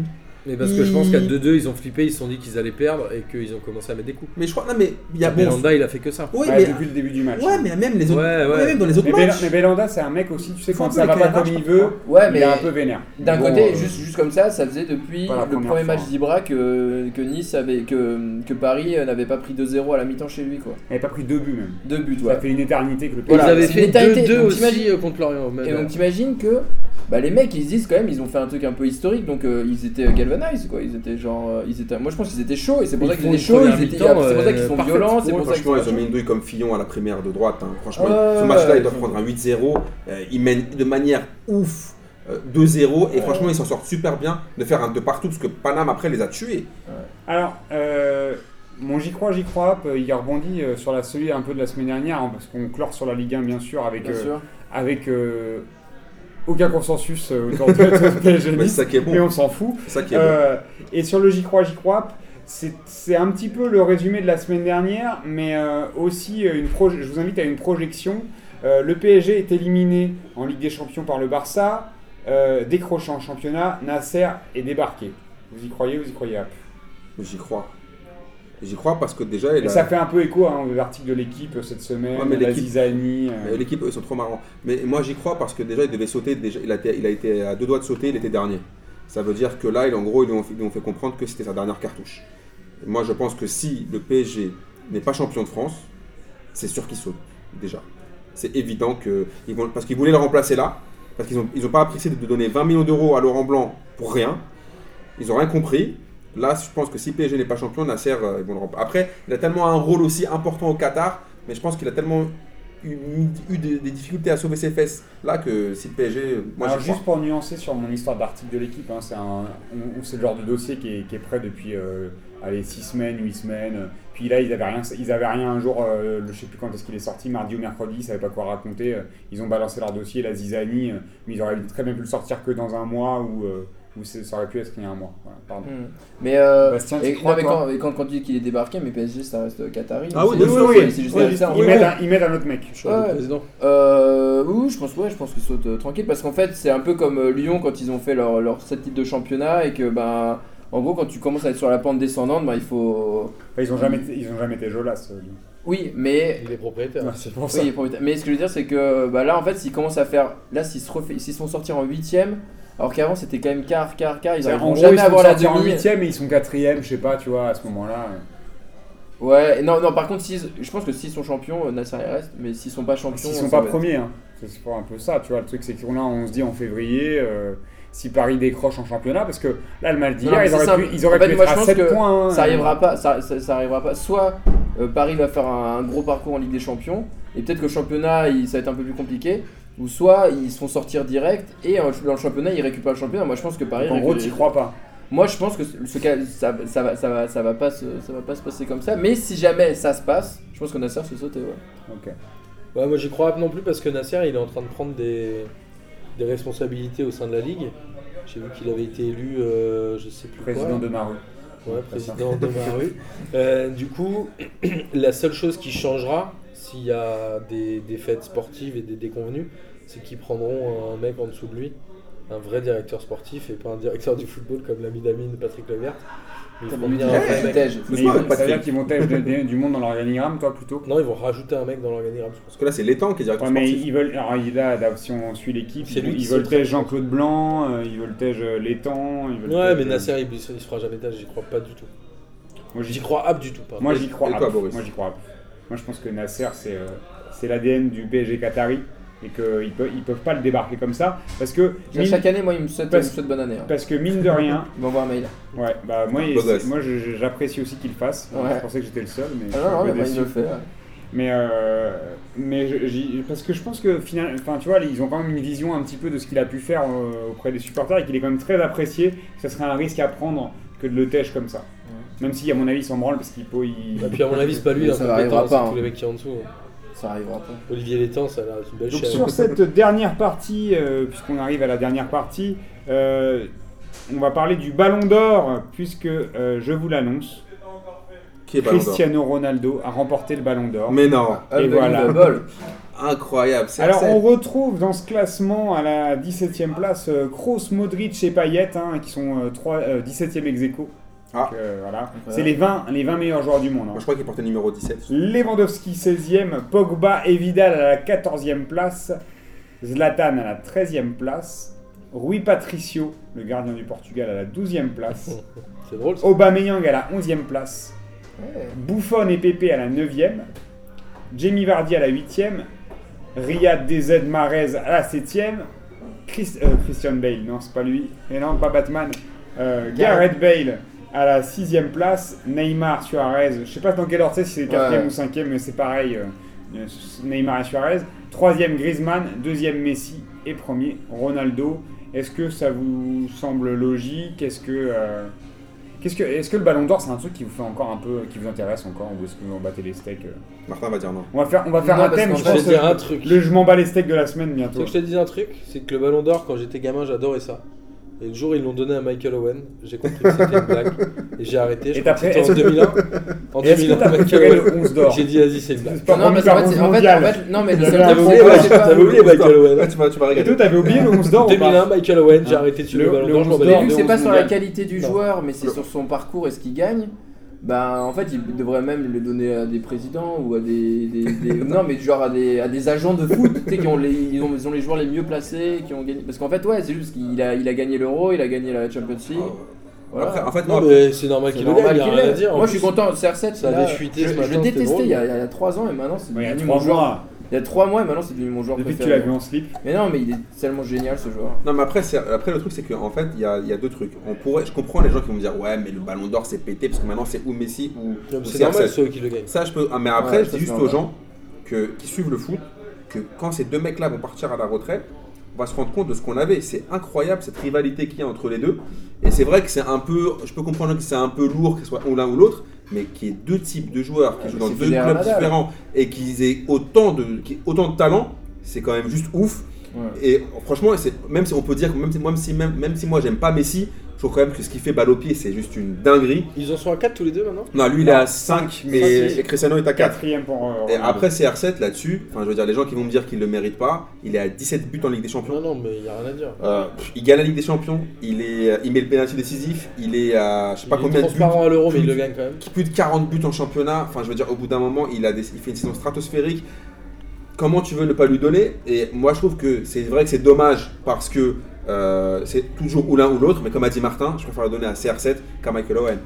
Mais parce que je pense qu'à 2-2, ils ont flippé, ils se sont dit qu'ils allaient perdre et qu'ils ont commencé à mettre des coups. Mais je crois, non mais il y a bon. Belanda, il a fait que ça. Ouais, Ah, Ouais, mais, depuis le début du match. ouais, mais même les Ouais, autres, ouais. ouais, même dans les autres Mais, Bel- matchs. mais Belanda, c'est un mec aussi, tu sais, Faut un quand ça peu va pas éclairage, comme il je veut, Ouais, il est mais- un peu vénère. D'un Bon, côté, euh, juste, juste comme ça, ça faisait depuis pas la le première premier fois. match d'Ibra que, que Nice avait que, que Paris euh, n'avait pas pris 2-0 à la mi-temps chez lui quoi. Il avait pas pris deux buts même. Deux buts, Ça ouais. fait une éternité que le Ils PSG. Voilà, avaient c'est fait une mentalité. 2-2 Donc, aussi t'imagines- euh, contre l'Orient. au même Et heure. donc t'imagines que bah, les mecs ils se disent quand même ils ont fait un truc un peu historique donc euh, ils étaient galvanized quoi ils étaient genre euh, ils étaient moi je pense qu'ils étaient chauds et c'est pour Ils ça qu'ils font étaient une chauds première ils étaient- mi-temps, c'est pour ça qu'ils euh, sont parfaite. violents c'est Ouais, pour ça qu'ils franchement, sont ils ont mis une douille comme Fillon à la primaire de droite. hein. Franchement, Ouais, ce match-là, ouais, ils doivent ils prendre un 8-0. Euh, ils mènent de manière ouf euh, 2-0. Et Ouais. franchement, ils s'en sortent super bien de faire un de partout parce que Paname après les a tués. Alors, euh, mon j'y crois, j'y crois, up, il a rebondi euh, sur la solide un peu de la semaine dernière, hein, parce qu'on clore sur la Ligue 1 bien sûr avec, bien euh, sûr avec euh, aucun consensus euh, autour de de PSG Ouais, c'est Nice, ça qui est mais bon. on s'en fout. C'est ça qui est bon. Euh, et sur le j'y crois, j'y crois, up, c'est c'est un petit peu le résumé de la semaine dernière, mais euh, aussi euh, une proje- je vous invite à une projection. Euh, le PSG est éliminé en Ligue des Champions par le Barça, euh, décrochant en championnat, Nasser est débarqué. Vous y croyez, vous y croyez up J'y crois. J'y crois parce que déjà, il Et a- ça fait un peu écho hein, à l'article de l'équipe euh, cette semaine, Ouais, mais la l'équipe- zizanie. euh, Euh, L'équipe, eux, sont trop marrants. Mais moi, j'y crois parce que déjà, il devait sauter. Déjà, il, a été, il a été à deux doigts de sauter l'été dernier. Ça veut dire que là, il- en gros, ils lui ont, ils lui ont fait comprendre que c'était sa dernière cartouche. Et moi, je pense que si le PSG n'est pas champion de France, c'est sûr qu'il saute. Déjà. C'est évident que. Ils vont, parce qu'ils voulaient le remplacer là. Parce qu'ils n'ont ils ont pas apprécié de donner 20 millions d'euros à Laurent Blanc pour rien. Ils n'ont rien compris. Là, je pense que si PSG n'est pas champion, Nasser, euh, ils vont le remplacer. Après, il a tellement un rôle aussi important au Qatar, mais je pense qu'il a tellement eu, eu des, des difficultés à sauver ses fesses là que si le PSG. euh, Moi, Alors, j'y juste pour nuancer sur mon histoire d'article de l'équipe, hein, c'est un- on- on- c'est le genre de dossier qui est, qui est prêt depuis 6 semaines, 8 semaines. Puis là, ils avaient rien, ils avaient rien un jour, euh, le- je sais plus quand est-ce qu'il est sorti, mardi ou mercredi, ils savaient pas quoi raconter. euh, Ils ont balancé leur dossier, la zizanie, euh, mais ils auraient très bien pu le sortir que dans un mois ou, euh, ou c'est- ça aurait pu être qu'il y a un mois. Voilà, pardon. Hmm. mais euh, Bastien, tu et, crois, non, mais toi quand, et quand, quand tu dis qu'il est débarqué mais PSG ça reste Qatari Ah oui, c'est- oui, c'est- oui, c'est juste oui, comme ça en Ils oui, fait. mettent, un, ils mettent un autre mec. Change de Ouais. président. Euh, oui, oui, je pense, ouais, je pense que soit euh, tranquille parce qu'en fait, c'est un peu comme euh, Lyon quand ils ont fait leur, leur 7 titres de championnat et que, ben, en gros, quand tu commences à être sur la pente descendante, ben, il faut. Enfin, ils ont jamais, été- ils ont jamais été jolasses. euh, donc. Oui, mais. Il est propriétaire. Ouais, c'est pour ça. Oui, pour- mais ce que je veux dire, c'est que bah, là, en fait, s'ils commencent à faire. Là, s'ils se, refait- s'ils se font sortir en 8 alors qu'avant, c'était quand même quart, quart, quart, ils En n'arriveront gros, jamais ils à sont avoir la sortis en demi. huitième et ils sont quatrième, je sais pas, tu vois, à ce moment-là. Ouais, et non, non, par contre, s'ils- je pense que s'ils sont champions, euh, Nasser il reste, mais s'ils sont pas champions. S'ils sont ça pas va être- premiers, hein. c'est c'est pas un peu ça, tu vois. Le truc, c'est qu'on là, on se dit en février, euh, si Paris décroche en championnat, parce que là, le mal Non, d'hier, mais ils c'est auraient simple. pu, ils auraient En fait, pu moi, être je à pense 7 que points. hein. Ça arrivera pas, ça, ça, ça arrivera pas. Soit euh, Paris va faire un, un gros parcours en Ligue des Champions, et peut-être que le championnat il- ça va être un peu plus compliqué, ou soit ils se font sortir direct, et euh, dans le championnat ils récupèrent le championnat. Moi je pense que Paris. En gros, récupère- t'y crois pas. Moi je pense que ce ce cas, ça, ça, va, ça, va, ça, va pas se, ça va pas se passer comme ça, mais si jamais ça se passe, je pense que Nasser se sauter. Ouais. Ok. Ouais, moi j'y crois non plus parce que Nasser il est en train de prendre des, des responsabilités au sein de la ligue. J'ai vu qu'il avait été élu, euh, je sais plus Président quoi. de Maru. Ouais, président de ma rue. Euh, du coup, la seule chose qui changera s'il y a des, des fêtes sportives et des déconvenues, c'est qu'ils prendront un mec en dessous de lui, un vrai directeur sportif et pas un directeur du football comme l'ami d'Amine Patrick Levert. Ils feront venir un vrai mec. Tège. Mais je crois, ils- mais pas ça veut de dire qu'ils vont tèche de- de- du monde dans l'organigramme, toi, plutôt Non, ils vont rajouter un mec dans l'organigramme, je pense. Parce que là, c'est l'étang qui est directeur Ouais, mais sportif. ils veulent. Alors, il- là, là, si on suit l'équipe, C'est ils, lui qui ils veulent sait très tèche Jean-Claude Blanc, euh, ils veulent tèche euh, Létang. ils veulent Ouais, tèche, mais euh, Nasser il, il se fera jamais d'âge, j'y crois pas du tout. Moi, j'y J'y crois ab du tout, pardon. Moi j'y crois. et toi, ah, Boris Moi j'y crois. Moi je pense que Nasser c'est euh, c'est l'ADN du PSG Qatari et qu'ils peuvent ils peuvent pas le débarquer comme ça parce que mine, Chaque année, moi il me souhaite, il me souhaite bonne année. hein. parce que mine de rien. Ils m'envoient un mail. Ouais bah moi Beau gosse. c'est- moi je- je- j'apprécie aussi qu'il le fasse. Ouais. Je pensais que j'étais le seul mais. Ah je suis un non, non, peu mais moi, il déçu. me le fait. ouais. Mais, euh, mais je- j'y- parce que je pense que finalement, enfin tu vois, ils ont quand même une vision un petit peu de ce qu'il a pu faire euh, auprès des supporters et qu'il est quand même très apprécié. Que ce serait un risque à prendre que de le tèche comme ça. Même si à mon avis il s'en branle parce qu'il peut. il- Et puis à mon avis, c'est pas lui, Mais hein, ça arrivera compétent, c'est pas, tous hein. les mecs qui sont en dessous. Ça arrivera pas. Olivier Létang, ça a l'air d'être une belle Donc chaîne. sur cette dernière partie, euh, puisqu'on arrive à la dernière partie, euh, on va parler du Ballon d'Or, puisque euh, je vous l'annonce, Qui est Ballon d'Or Cristiano Ronaldo a remporté le ballon d'or. Mais non, Et voilà. Unbelievable. incroyable. c'est- Alors c'est- on retrouve dans ce classement à la 17e place euh, Kroos, Modric et Payet hein, qui sont euh, trois- euh, 17e ex aequo. Ah. Donc, euh, voilà. C'est les 20, les 20 meilleurs joueurs du monde. hein. Moi, je crois qu'il portait numéro 17. Lewandowski 16e, Pogba et Vidal à la 14e place, Zlatan à la 13e place, Rui Patricio, le gardien du Portugal, à la 12e place, C'est drôle Oh, ça. Aubameyang à la 11e place, Buffon et Pepe à la 9e, Jamie Vardy à la 8e, Riyad DZ Mahrez à la 7e, Chris- euh, Christian Bale, non c'est pas lui, et non pas Batman, euh, Gareth Bale à la 6e place, Neymar, Suarez, je sais pas dans quel ordre c'est, si c'est 4e Ouais. ou 5e, mais c'est pareil, euh, euh, Neymar et Suarez, 3e Griezmann, 2e Messi et 1er Ronaldo. Est-ce que ça vous semble logique Est-ce que... euh, Qu'est-ce que, est-ce que le Ballon d'Or c'est un truc qui vous fait encore un peu, qui vous intéresse encore, ou est-ce que vous en battez les steaks euh Martin va dire non. On va faire, on va faire Non, un parce thème, qu'en je Je vais pense. te dire un euh, truc. Le je m'en bats les steaks de la semaine Tu veux bientôt. que je te dise un truc C'est que le ballon d'or, quand j'étais gamin, j'adorais ça. Et le jour, ils l'ont donné à Michael Owen. J'ai compris que c'était une blague. Et j'ai arrêté. Je Et crois que après, c'était en est-ce que- 2001. En Et est-ce que 2001, t'as Michael préféré le Owen. 11 d'or J'ai dit, vas-y, c'est une blague. C'est pas Non, mais remis c'est vrai, par c'est- onze en fait, en mondial. fait, non, mais le J'avais seul oublié, truc, ouais, c'est pas- T'avais oublié Michael Owen. Ouais, tu vas, tu vas Et toi, regarder. t'avais oublié le 11 d'or ou pas 2001, Michael Owen, j'ai arrêté de suivre le Le- ballon le d'or. Je m'en onze Au battais d'or. les début, couilles. c'est pas onze sur la mondiales. qualité du Non. joueur, mais c'est Le- sur son parcours et ce qu'il gagne. Bah, en fait, il devrait même le donner à des présidents ou à des. des- des- non, mais genre à des, à des agents de foot, tu sais, qui ont les, ils ont, ils ont les joueurs les mieux placés, qui ont gagné. Parce qu'en fait, ouais, c'est juste qu'il a, il a gagné l'Euro, il a gagné la Champions League. Oh. Voilà. Après, en fait, Non, moi, mais c'est normal Ah, C'est qu'il le gagne. normal Il a qu'il rien l'ait. à dire. en Moi, je plus. suis content, CR7, ça a là, déchuité je, ce je matin, le c'est détestais drôle. il y, a, il y a 3 ans et maintenant c'est Ouais, Il y a devenu 3 mon joueur. mois. Il y a 3 mois et maintenant c'est devenu mon joueur Depuis que tu l'as préféré. vu hein. en slip. Mais non, mais il est tellement génial ce joueur. Non mais après, c'est- après le truc c'est qu'en fait il y a, il y a deux trucs. On pourrait, je comprends les gens qui vont me dire ouais mais le ballon d'or c'est pété parce que maintenant c'est ou Messi ou, Non, mais ou C'est CR7. normal, ceux qui le gagnent. Ça je peux. ah, mais après Ouais, je ça, dis juste c'est aux normal. gens que, qui suivent le foot que quand ces deux mecs là vont partir à la retraite, on va se rendre compte de ce qu'on avait. C'est incroyable cette rivalité qu'il y a entre les deux. Et c'est vrai que c'est un peu, je peux comprendre que c'est un peu lourd que ce soit ou l'un ou l'autre, mais qu'il y ait deux types de joueurs qui Ouais, jouent mais dans c'est deux Federer clubs Nadal. différents et qu'ils aient autant de, qu'ils aient autant de talent, c'est quand même juste ouf. Et franchement, c'est- même si on peut dire que même si, même si, même, même si moi j'aime pas Messi, je trouve quand même que ce qu'il fait balle au pied, c'est juste une dinguerie. Ils en sont à 4 tous les deux maintenant Non, lui il est à 5, mais Cinq, et Cristiano est à 4. Quatrième pour. euh, Et Ronaldo. après CR7 là-dessus, enfin je veux dire, les gens qui vont me dire qu'il le mérite pas, il est à 17 buts en Ligue des Champions. Non, non, mais il y a rien à dire. Euh, pff, il gagne la Ligue des Champions, il, est, euh, il met le pénalty décisif, il est à je sais pas Il est combien de buts, transparent à l'euro, mais il le gagne quand même. plus de 40 buts en championnat. Enfin je veux dire, au bout d'un moment, il, a des- il fait une saison stratosphérique. Comment tu veux ne pas lui donner Et moi je trouve que c'est vrai que c'est dommage parce que euh, c'est toujours ou l'un ou l'autre, mais comme a dit Martin, je préfère le donner à CR7 qu'à Michael Owen.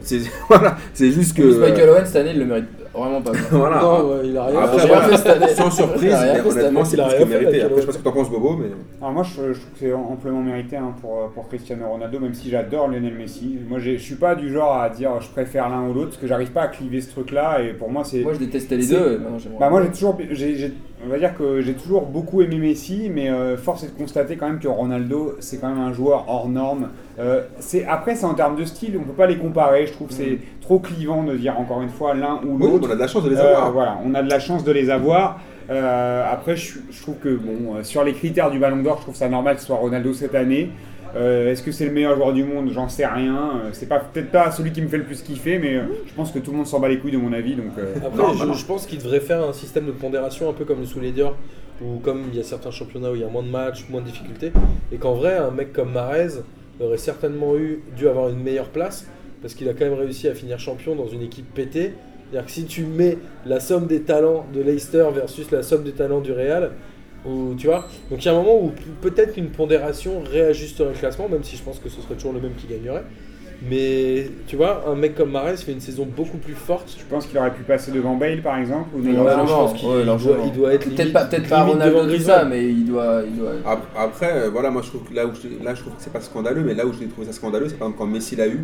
C'est voilà, c'est juste que Euh, euh, Plus Michael Owen cette année, il le mérite vraiment pas. quoi. voilà. Non, ouais, Ah, il a rien. Ah. Après, J'ai voilà. rien fait cette année. Sans surprise, Il a rien mais fait cette honnêtement, année. c'est Il a plus que rien fait, mérité. Michael Après, je Owen. sais pas ce que t'en penses, Bobo, mais. Alors moi, je, je trouve que c'est amplement mérité hein, pour, euh, pour Cristiano Ronaldo, même si j'adore Lionel Messi. Moi, j'ai- je suis pas du genre à dire je préfère l'un ou l'autre, parce que j'arrive pas à cliver ce truc-là. Et pour moi, c'est. Moi je détestais les C'est- deux. et maintenant, j'aimerais. Bah moi j'ai toujours, j'ai- j'ai- on va dire que j'ai toujours beaucoup aimé Messi, mais euh, force est de constater quand même que Ronaldo c'est quand même un joueur hors norme. Euh, c'est après c'est en termes de style, on peut pas les comparer. Je trouve que c'est trop clivant de dire encore une fois l'un ou Mm. Oui, bah, l'autre. on a de la chance de les Euh, avoir. voilà, on a de la chance de les avoir. Euh, après, je, je trouve que bon, euh, sur les critères du Ballon d'Or, je trouve ça normal que ce soit Ronaldo cette année. Euh, Est-ce que c'est le meilleur joueur du monde J'en sais rien. Euh, c'est pas peut-être pas celui qui me fait le plus kiffer, mais euh, je pense que tout le monde s'en bat les couilles de mon avis. Donc, euh, Après, Non, je, voilà. je pense qu'il devrait faire un système de pondération un peu comme le sous les Dior, ou comme il y a certains championnats où il y a moins de matchs, moins de difficultés, et qu'en vrai, un mec comme Marez aurait certainement eu dû avoir une meilleure place, parce qu'il a quand même réussi à finir champion dans une équipe pétée. C'est-à-dire que si tu mets la somme des talents de Leicester versus la somme des talents du Real, ou tu vois, donc il y a un moment où p- peut-être une pondération réajusterait le classement, même si je pense que ce serait toujours le même qui gagnerait. Mais tu vois, un mec comme Marez fait une saison beaucoup plus forte. Je pense qu'il aurait pu passer devant Bale par exemple ou Ouais, devant- Voilà, je largement, pense qu'il ouais, doit, largement. il doit être Peut-être limite- pas, peut-être pas limite devant Ronaldo tout ça, Griezmann. mais il doit. Il doit... Ap- Après, euh, voilà, moi je trouve que là où je, là, je trouve que c'est pas scandaleux, mais là où j'ai trouvé ça scandaleux, c'est par exemple quand Messi l'a eu,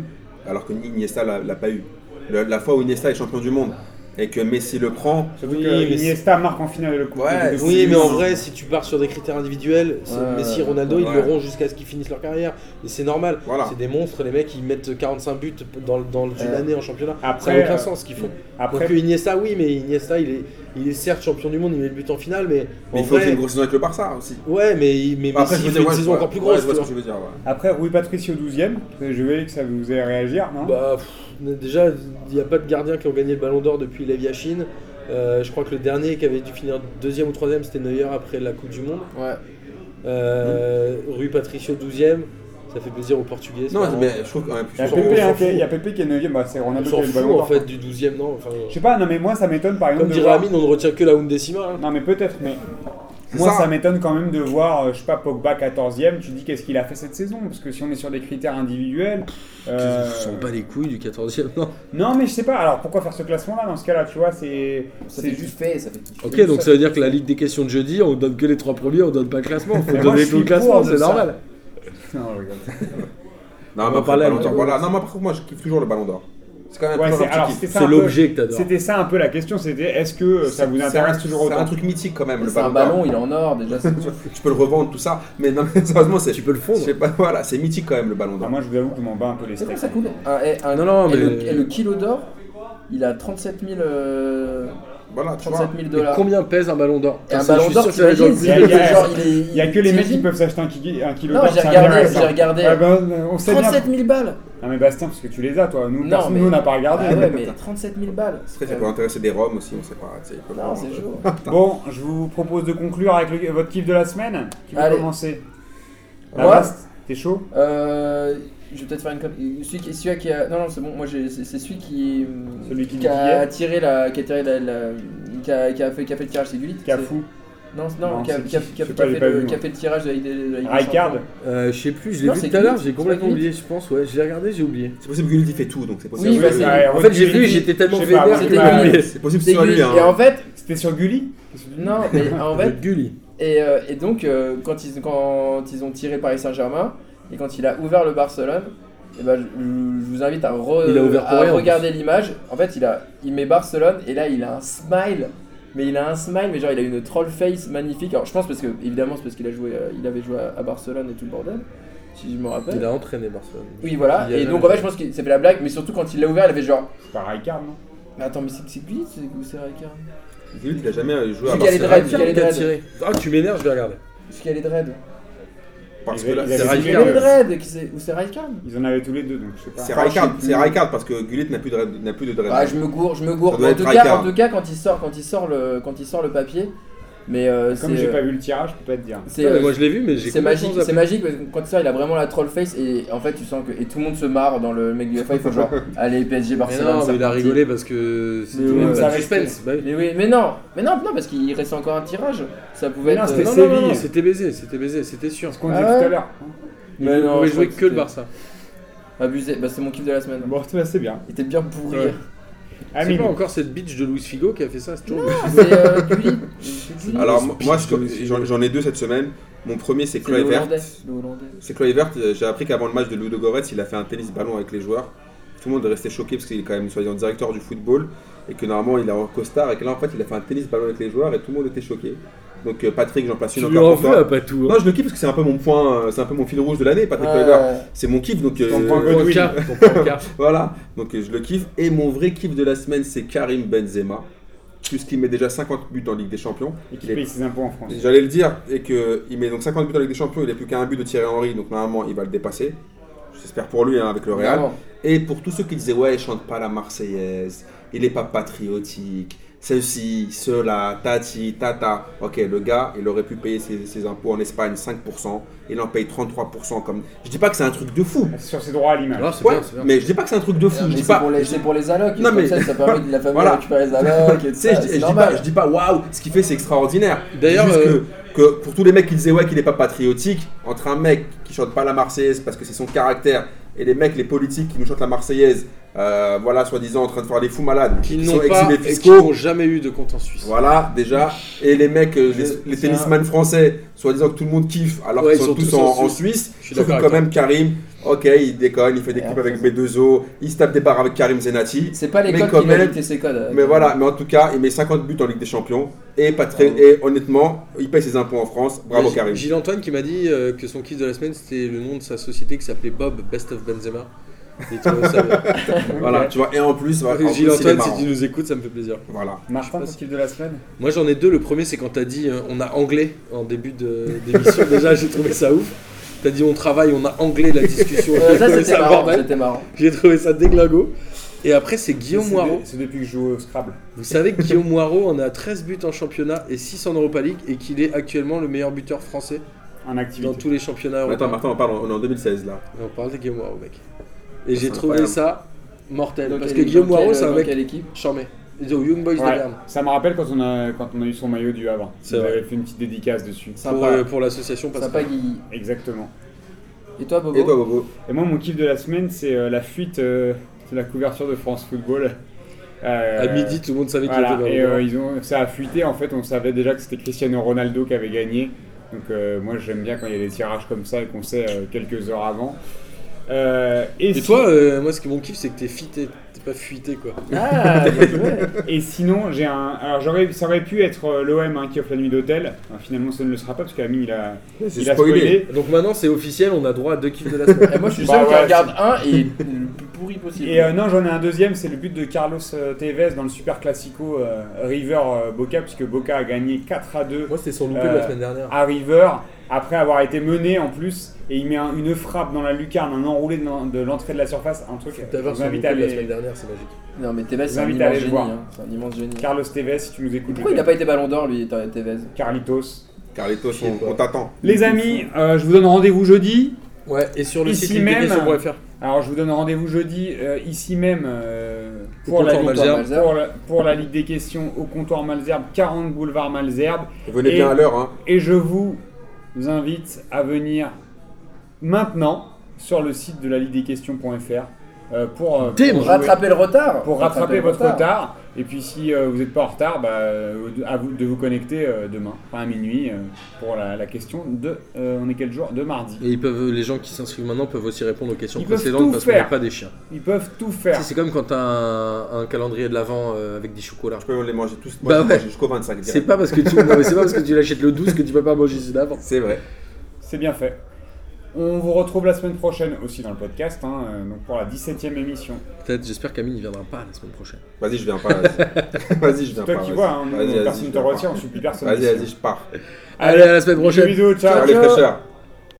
alors que Iniesta l'a l'a pas eu. Le- la fois où Iniesta est champion du monde, et que Messi le prend, Surtout Oui, que mais Iniesta marque en finale le coup. Ouais, de- de- Oui, c'est- mais en vrai, si tu pars sur des critères individuels, c'est- Ouais, Messi, Ronaldo, ils ouais. le l'auront jusqu'à ce qu'ils finissent leur carrière. Et c'est normal. Voilà. C'est des monstres, les mecs, ils mettent 45 buts dans, dans une Ouais. année en championnat. ça Après, n'a aucun euh, sens ce qu'ils font. Après, Donc euh, Iniesta, oui, mais Iniesta, il est, il est certes champion du monde, il met le but en finale, mais, mais en il faut qu'il y ait vrai, une grosse saison avec le Barça aussi. ouais, mais, il- mais Messi Après, je veux fait dire, une ouais, saison ouais, encore plus ouais, grosse. je vois tu ce vois. que tu veux dire. ouais. après Rui Patricio 12 e je vais que ça vous allez réagir, non Bah, pff, déjà, il n'y a pas de gardiens qui ont gagné le Ballon d'Or depuis la Chine. Euh, je crois que le dernier qui avait dû finir deuxième ou troisième, c'était Neuer après la Coupe du Monde. Ouais. Euh, Rue Patricio 12ème, ça fait plaisir aux Portugais. c'est Non, marrant. mais je trouve quand même plus. Il y a s'en- Pépé, on hein, s'en qui est- fout. il y a Pépé qui est 9 bah c'est on Ronaldo qui s'en a eu le fout ballon en d'or. fait du 12ème, non. Enfin, Je sais pas, non mais moi ça m'étonne par exemple comme de dirait voir- Amine, on ne retient que la Undécima. Hein. Non mais peut-être, mais C'est moi ça, ça. m'étonne quand même de voir, euh, je sais pas, Pogba 14ème, tu dis qu'est-ce qu'il a fait cette saison Parce que si on est sur des critères individuels... euh, Ils s'en bat les couilles du 14ème, non. Non mais je sais pas, alors pourquoi faire ce classement-là dans ce cas-là, tu vois, c'est Ça c'est fait juste... kiffer, ça fait kiffer. Ok, donc ça veut dire que la Ligue des questions de jeudi, on donne que les trois premiers, on donne pas le classement. Faut Mais moi, donner je tout le suis pour classement, de c'est ça. normal. Non, je rigole. Non, va mais après, parler le à Ballon d'Or, Mbappé. voilà. Non, mais par contre, moi, je kiffe toujours le Ballon d'Or. C'est quand même Ouais, toujours c'est- un alors, petit kiff. c'était ça C'est un peu- l'objet que t'adores. C'était ça un peu la question, c'était est-ce que euh, ça vous intéresse un- toujours C'est un autant truc mythique quand même, le C'est un Ballon d'Or. ballon, il est en or déjà. c'est- Tu peux le revendre, tout ça. Mais non, mais sérieusement, c'est. Tu peux le Je fondre. sais pas, voilà, c'est mythique quand même le Ballon Ah, d'Or. Moi je vous avoue que je m'en bats un peu les C'est quoi steaks. ça coule Un- et- un- Ah, Non, non, et mais- le, et le kilo d'or, il a 37 000, euh, Ah, Voilà, tu 37 vois. 000 Mais dollars. combien pèse un ballon d'or Et un Ça, je ballon suis d'or, sûr que ça va être dans le t'imagines, Il y a- il c'est y a- genre, il est- Il y a que les mecs qui t'imagines peuvent s'acheter un, ki- un kilo Non, d'or, j'ai c'est un regardé, merveille, ça. j'ai regardé. Ah ben, on sait bien. 37 000 balles Non mais Bastien, parce que tu les as toi, nous, Non, personne, mais- nous on n'a pas regardé. Ah ouais, mais 37 000 balles Après, ça peut intéresser des Roms aussi, on sait pas. tu sais, ils peuvent Non, avoir- c'est chaud. Bon, je vous propose de conclure avec le- votre kiff de la semaine. Qui veut Allez. commencer Moi Bast, t'es chaud Euh, je vais peut-être faire une com- celui qui, celui qui a non non c'est bon moi j'ai- c'est c'est celui qui Celui qui a dit attiré la qui a attiré la, la- qui, a, qui a fait qui a fait le tirage c'est lui c'est- Cafou, non non, Non, qui a, c'est qui a- qui qui a- Je sais qui a pas, j'ai fait pas le, vu, qui a moi. fait le tirage de la Ligue des- de la Ligue des Ricard, Champions. Euh, je sais plus, je l'ai Non, vu c'est tout à l'heure, Gnit, j'ai c'est complètement pas Gnit. oublié, je pense, ouais, j'ai regardé, j'ai oublié. C'est possible que Unity fait tout, donc c'est possible. Oui, que- bah, c'est- Ah, ouais, En fait, j'ai Rodri, vu, j'étais tellement je sais pas, vénère Rodri, que j'ai ouais. oublié. C'est possible que C'est ce soit Gulli. lui. et en Hein. fait C'était sur Gulli non mais en fait Le Gulli. et, euh, et donc euh, quand ils quand ils ont tiré Paris Saint Germain et quand il a ouvert le Barcelone et ben, je, je vous invite à, re- Il a ouvert pour à rien, en regarder l'image. En fait, il, a, il met Barcelone et là, il a un smile. Mais il a un smile, mais genre, il a une troll face magnifique. Alors, je pense parce que, évidemment, c'est parce qu'il a joué, euh, il avait joué à à Barcelone et tout le bordel, si je me rappelle. Il a entraîné Barcelone. Oui, voilà. Il a Et jamais donc, en fait, joué. je pense qu'il s'est fait la blague, mais surtout quand il l'a ouvert, il avait genre. C'est pas Rijkaard, non Mais attends, mais c'est c'est lui, c'est ou c'est Rijkaard Gulli, il a jamais euh, joué à Celui qui a les Qui dreads, celui Barcelone. qui Ah, a a les dreads. tiré Ah, tu m'énerves, je vais regarder. Celui qui a les dreads. Parce Il que là, avait- il c'est avait Celui qui Rijkaard. a Rijkaard. les dreads, qui c'est- ou c'est Rijkaard Ils en avaient tous les deux, donc je sais pas. C'est Ah, Rijkaard, je sais c'est plus. Rijkaard parce que Gullit n'a plus de dread- n'a plus de dread. Bah, je me gourre, je me gourre. Ça doit En être tout, cas, Rijkaard. en tout cas, quand il sort, quand il sort le, quand il sort le papier, mais euh, Comme j'ai c'est, pas vu le tirage, je peux pas te dire. c'est, Ah, mais euh, moi, je l'ai vu, mais j'ai c'est magique, complètement zappé. c'est magique. parce que Quand il sort, il a vraiment la troll face et en fait, tu sens que et tout le monde se marre dans le mec du UEFA. Il faut genre allez PSG Mais Barcelone. non, ça mais il a repartit. rigolé parce que Mais c'était tout ouais, le monde ça pas de restait. suspense. Bah oui. Mais oui, mais non, mais non, non, parce qu'il reste encore un tirage. Ça pouvait Mais non, être. euh, C'était Non, non, Séville. non, non, c'était baisé, c'était baisé, c'était sûr. Ce qu'on Ah disait ouais tout à l'heure. mais Il non, pouvait je crois jouer que le c'était Barça. Abusé. Bah c'est mon kiff de la semaine. Bon, tu vois, c'est bien. Il était bien pourri. Ouais. C'est Amine, pas encore cette bitch de Luis Figo qui a fait ça, c'est toujours. Ah, c'est euh, Gulli. C'est Gulli. Alors c'est moi, pire moi, que le je- j'en j'en ai deux cette semaine. Mon premier c'est c'est le Chloé Vert. Hollandais. Le Hollandais. C'est Chloé Vert. euh, J'ai appris qu'avant le match de Ludo Goretz, il a fait un tennis ballon avec les joueurs. Tout le monde est resté choqué parce qu'il est quand même soi-disant directeur du football et que normalement il est en costard et que là en fait il a fait un tennis ballon avec les joueurs et tout le monde était choqué. Donc euh, Patrick, j'en place Tu une lui encore en pour veux à toi. pas tout. hein. Non, je le kiffe parce que c'est un peu mon point, euh, c'est un peu mon fil rouge de l'année, Patrick Kluivert. Ouais. C'est mon kiff donc. euh, Ton point Ton Godwin. cas, ton pancart. Voilà, donc euh, je le kiffe. Et mon vrai kiff de la semaine, c'est Karim Benzema, puisqu'il met déjà 50 buts en Ligue des Champions. et qui Il est- paye ses impôts en France. J'allais le dire, et qu'il met donc 50 buts en Ligue des Champions, il n'est plus qu'à un but de Thierry Henry, donc normalement il va le dépasser. J'espère pour lui hein, avec le Real. Vraiment. Et pour tous ceux qui disaient ouais, il chante pas la Marseillaise, il n'est pas patriotique, ceci, cela, tati, tata. Ok, le gars, il aurait pu payer ses, ses impôts en Espagne 5%, il en paye 33%. Comme... Je dis pas que c'est un truc de fou, Sur ses droits à l'image. Alors, c'est Ouais, bien, c'est bien. mais je dis pas que c'est un truc de fou. Non, Je mais dis C'est pas, pour, les- c'est pour les allocs, Non, comme mais- ça, ça permet de la famille Voilà. récupérer les allocs et tout Tu sais, ça, je, je c'est dis pas, normal. je dis pas waouh, ce qu'il fait c'est extraordinaire. D'ailleurs, Juste que- euh, que, pour tous les mecs qui disaient ouais qu'il est pas patriotique, entre un mec qui chante pas la Marseillaise parce que c'est son caractère et les mecs les politiques qui nous chantent la Marseillaise, euh, voilà soi-disant en train de faire des fous malades, Qui sont n'ont pas exilés et qui fiscaux. n'ont jamais eu de compte en Suisse. Voilà déjà et les mecs euh, les, les c'est tennisman français, soi-disant que tout le monde kiffe alors Ouais, qu'ils sont tous en, en Suisse. Je suis Sauf que d'accord quand avec même Karim, Ok, il déconne, il fait des Et clips après, avec Bedozo, il se tape des barres avec Karim Zenati. C'est pas les Mais codes quand qui même- valident ses codes. euh, Mais voilà, mais en tout cas, il met 50 buts en Ligue des Champions et pas très, et honnêtement, il paye ses impôts en France. Bravo Ah Gilles- Karim. Gilles Antoine qui m'a dit euh, que son kiff de la semaine c'était le nom de sa société qui s'appelait Bob Best of Benzema. Et tu vois, ça- Voilà, tu vois. Et en plus, voilà, en plus, il Gilles est Antoine, si marrant. tu nous écoutes, ça me fait plaisir. Voilà. Martin, ton kiff de la semaine Moi j'en ai deux. Le premier c'est quand t'as dit euh, on a anglais en début de- d'émission. Déjà j'ai trouvé ça ouf. T'as dit on travaille, on a anglais la discussion. euh, J'ai ça trouvé c'était marrant, bordel. c'était marrant. J'ai trouvé ça déglingo. Et après c'est Guillaume C'est Moirot. de- C'est depuis que je joue au Scrabble. Vous savez que Guillaume Moirot en a 13 buts en championnat et 6 en Europa League et qu'il est actuellement le meilleur buteur français En dans activité. tous les championnats Attends, européens. Martin, on parle, on est en 2016 là. Et On parle de Guillaume Moirot, mec. Et Ça, j'ai c'est trouvé incroyable. ça mortel. Dans parce quelle- que Guillaume dans quelle- Moirot, c'est un dans mec quelle équipe charmé. Ils sont Aux Young Boys de Ouais, Berne. ça me rappelle quand on a, quand on a eu son maillot du Havre. C'est On vrai. avait fait une petite dédicace dessus. Pour, Sympa, euh, pour l'association parce sympa Guigui. Exactement. Et toi Bobo Et toi, Bobo Et moi, mon kiff de la semaine, c'est euh, la fuite euh, de la couverture de France Football. Euh, à midi, tout le monde savait Voilà, qu'il était et dans euh, le Nord. ils ont, ça a fuité en fait, on savait déjà que c'était Cristiano Ronaldo qui avait gagné. Donc euh, moi j'aime bien quand il y a des tirages comme ça et qu'on sait euh, quelques heures avant. Euh, et, Et si- toi, euh, moi, ce qui mon kiff, c'est que t'es fité. T'es pas fuité, quoi. Ah, bien joué. et sinon j'ai un... Alors j'aurais, ça aurait pu être euh, l'OM hein, qui offre la nuit d'hôtel. Enfin, finalement ça ne le sera pas parce qu'Amine il a, C'est il a spoilé. spoilé. Donc maintenant, c'est officiel, on a droit à deux kiffs de la semaine. Et Eh, moi je suis le Bah seul qui ouais, regarde un et le plus pourri possible. Et euh, non j'en ai un deuxième, c'est le but de Carlos euh, Tevez dans le Super Classico euh, River euh, Boca puisque Boca a gagné 4 à 2 Moi, c'était son loupé de Euh, la semaine dernière. à River après avoir été mené en plus et il met un- une frappe dans la lucarne, un enroulé de l'en- de l'entrée de la surface, un truc. Je D'avoir vous son invite loupé à de la aller- semaine dernière, c'est magique. Non mais Tevez c'est Je un l'invite à immense aller le génie. voir. hein. C'est un immense génie. Carlos Tevez, si tu nous écoutes. Pourquoi il je n'a pas été ballon d'or lui, Te- Tevez t'aime. Carlitos. Carlitos, sais pas. on, on t'attend. Les amis, euh, je vous donne rendez-vous jeudi. Ouais, et sur le Ici site même, liquidation.fr. Alors je vous donne rendez-vous jeudi euh, ici même euh, pour, Au la comptoir Ligue, Malzerbe. pour, la, pour la Ligue des questions au comptoir Malzerbe, 40 boulevard Malzerbe. Venez Et- bien à l'heure, hein. Et je vous invite à venir maintenant sur le site de la Ligue des questions.fr euh, pour, euh, Dès pour Pour jouer- rattraper le retard pour rattraper le votre retard. Et puis si euh, vous n'êtes pas en retard, bah, euh, à vous de vous connecter euh, demain, enfin à minuit, euh, pour la, la question de... euh, on est quel jour De mardi. Et ils peuvent, les gens qui s'inscrivent maintenant peuvent aussi répondre aux questions Ils peuvent précédentes tout parce qu'on n'est faire. pas des chiens. Ils peuvent tout Tu faire. sais, C'est comme quand t'as un, un calendrier de l'avant avec des chocolats. Je peux les manger tous. Bah Moi, je ouais. mange jusqu'au 25. direct. C'est pas parce que tu, non, mais c'est pas parce que tu l'achètes le 12 que tu peux pas manger celui d'avant. C'est vrai. C'est bien fait. On vous retrouve la semaine prochaine aussi dans le podcast, hein, euh, donc pour la 17ème émission. Peut-être, j'espère qu'Amine ne viendra pas la semaine prochaine. Vas-y, je viens pas. vas-y. Vas-y, je viens C'est pas. toi qui Ah, vas-y. vois, hein, nous, Vas-y, vas-y, personne ne je te viens pas. retient, on ne suit plus personne. Vas-y, ici. vas-y, je pars. Allez, à la semaine prochaine. Bisous, ciao. Ciao les fraîcheurs.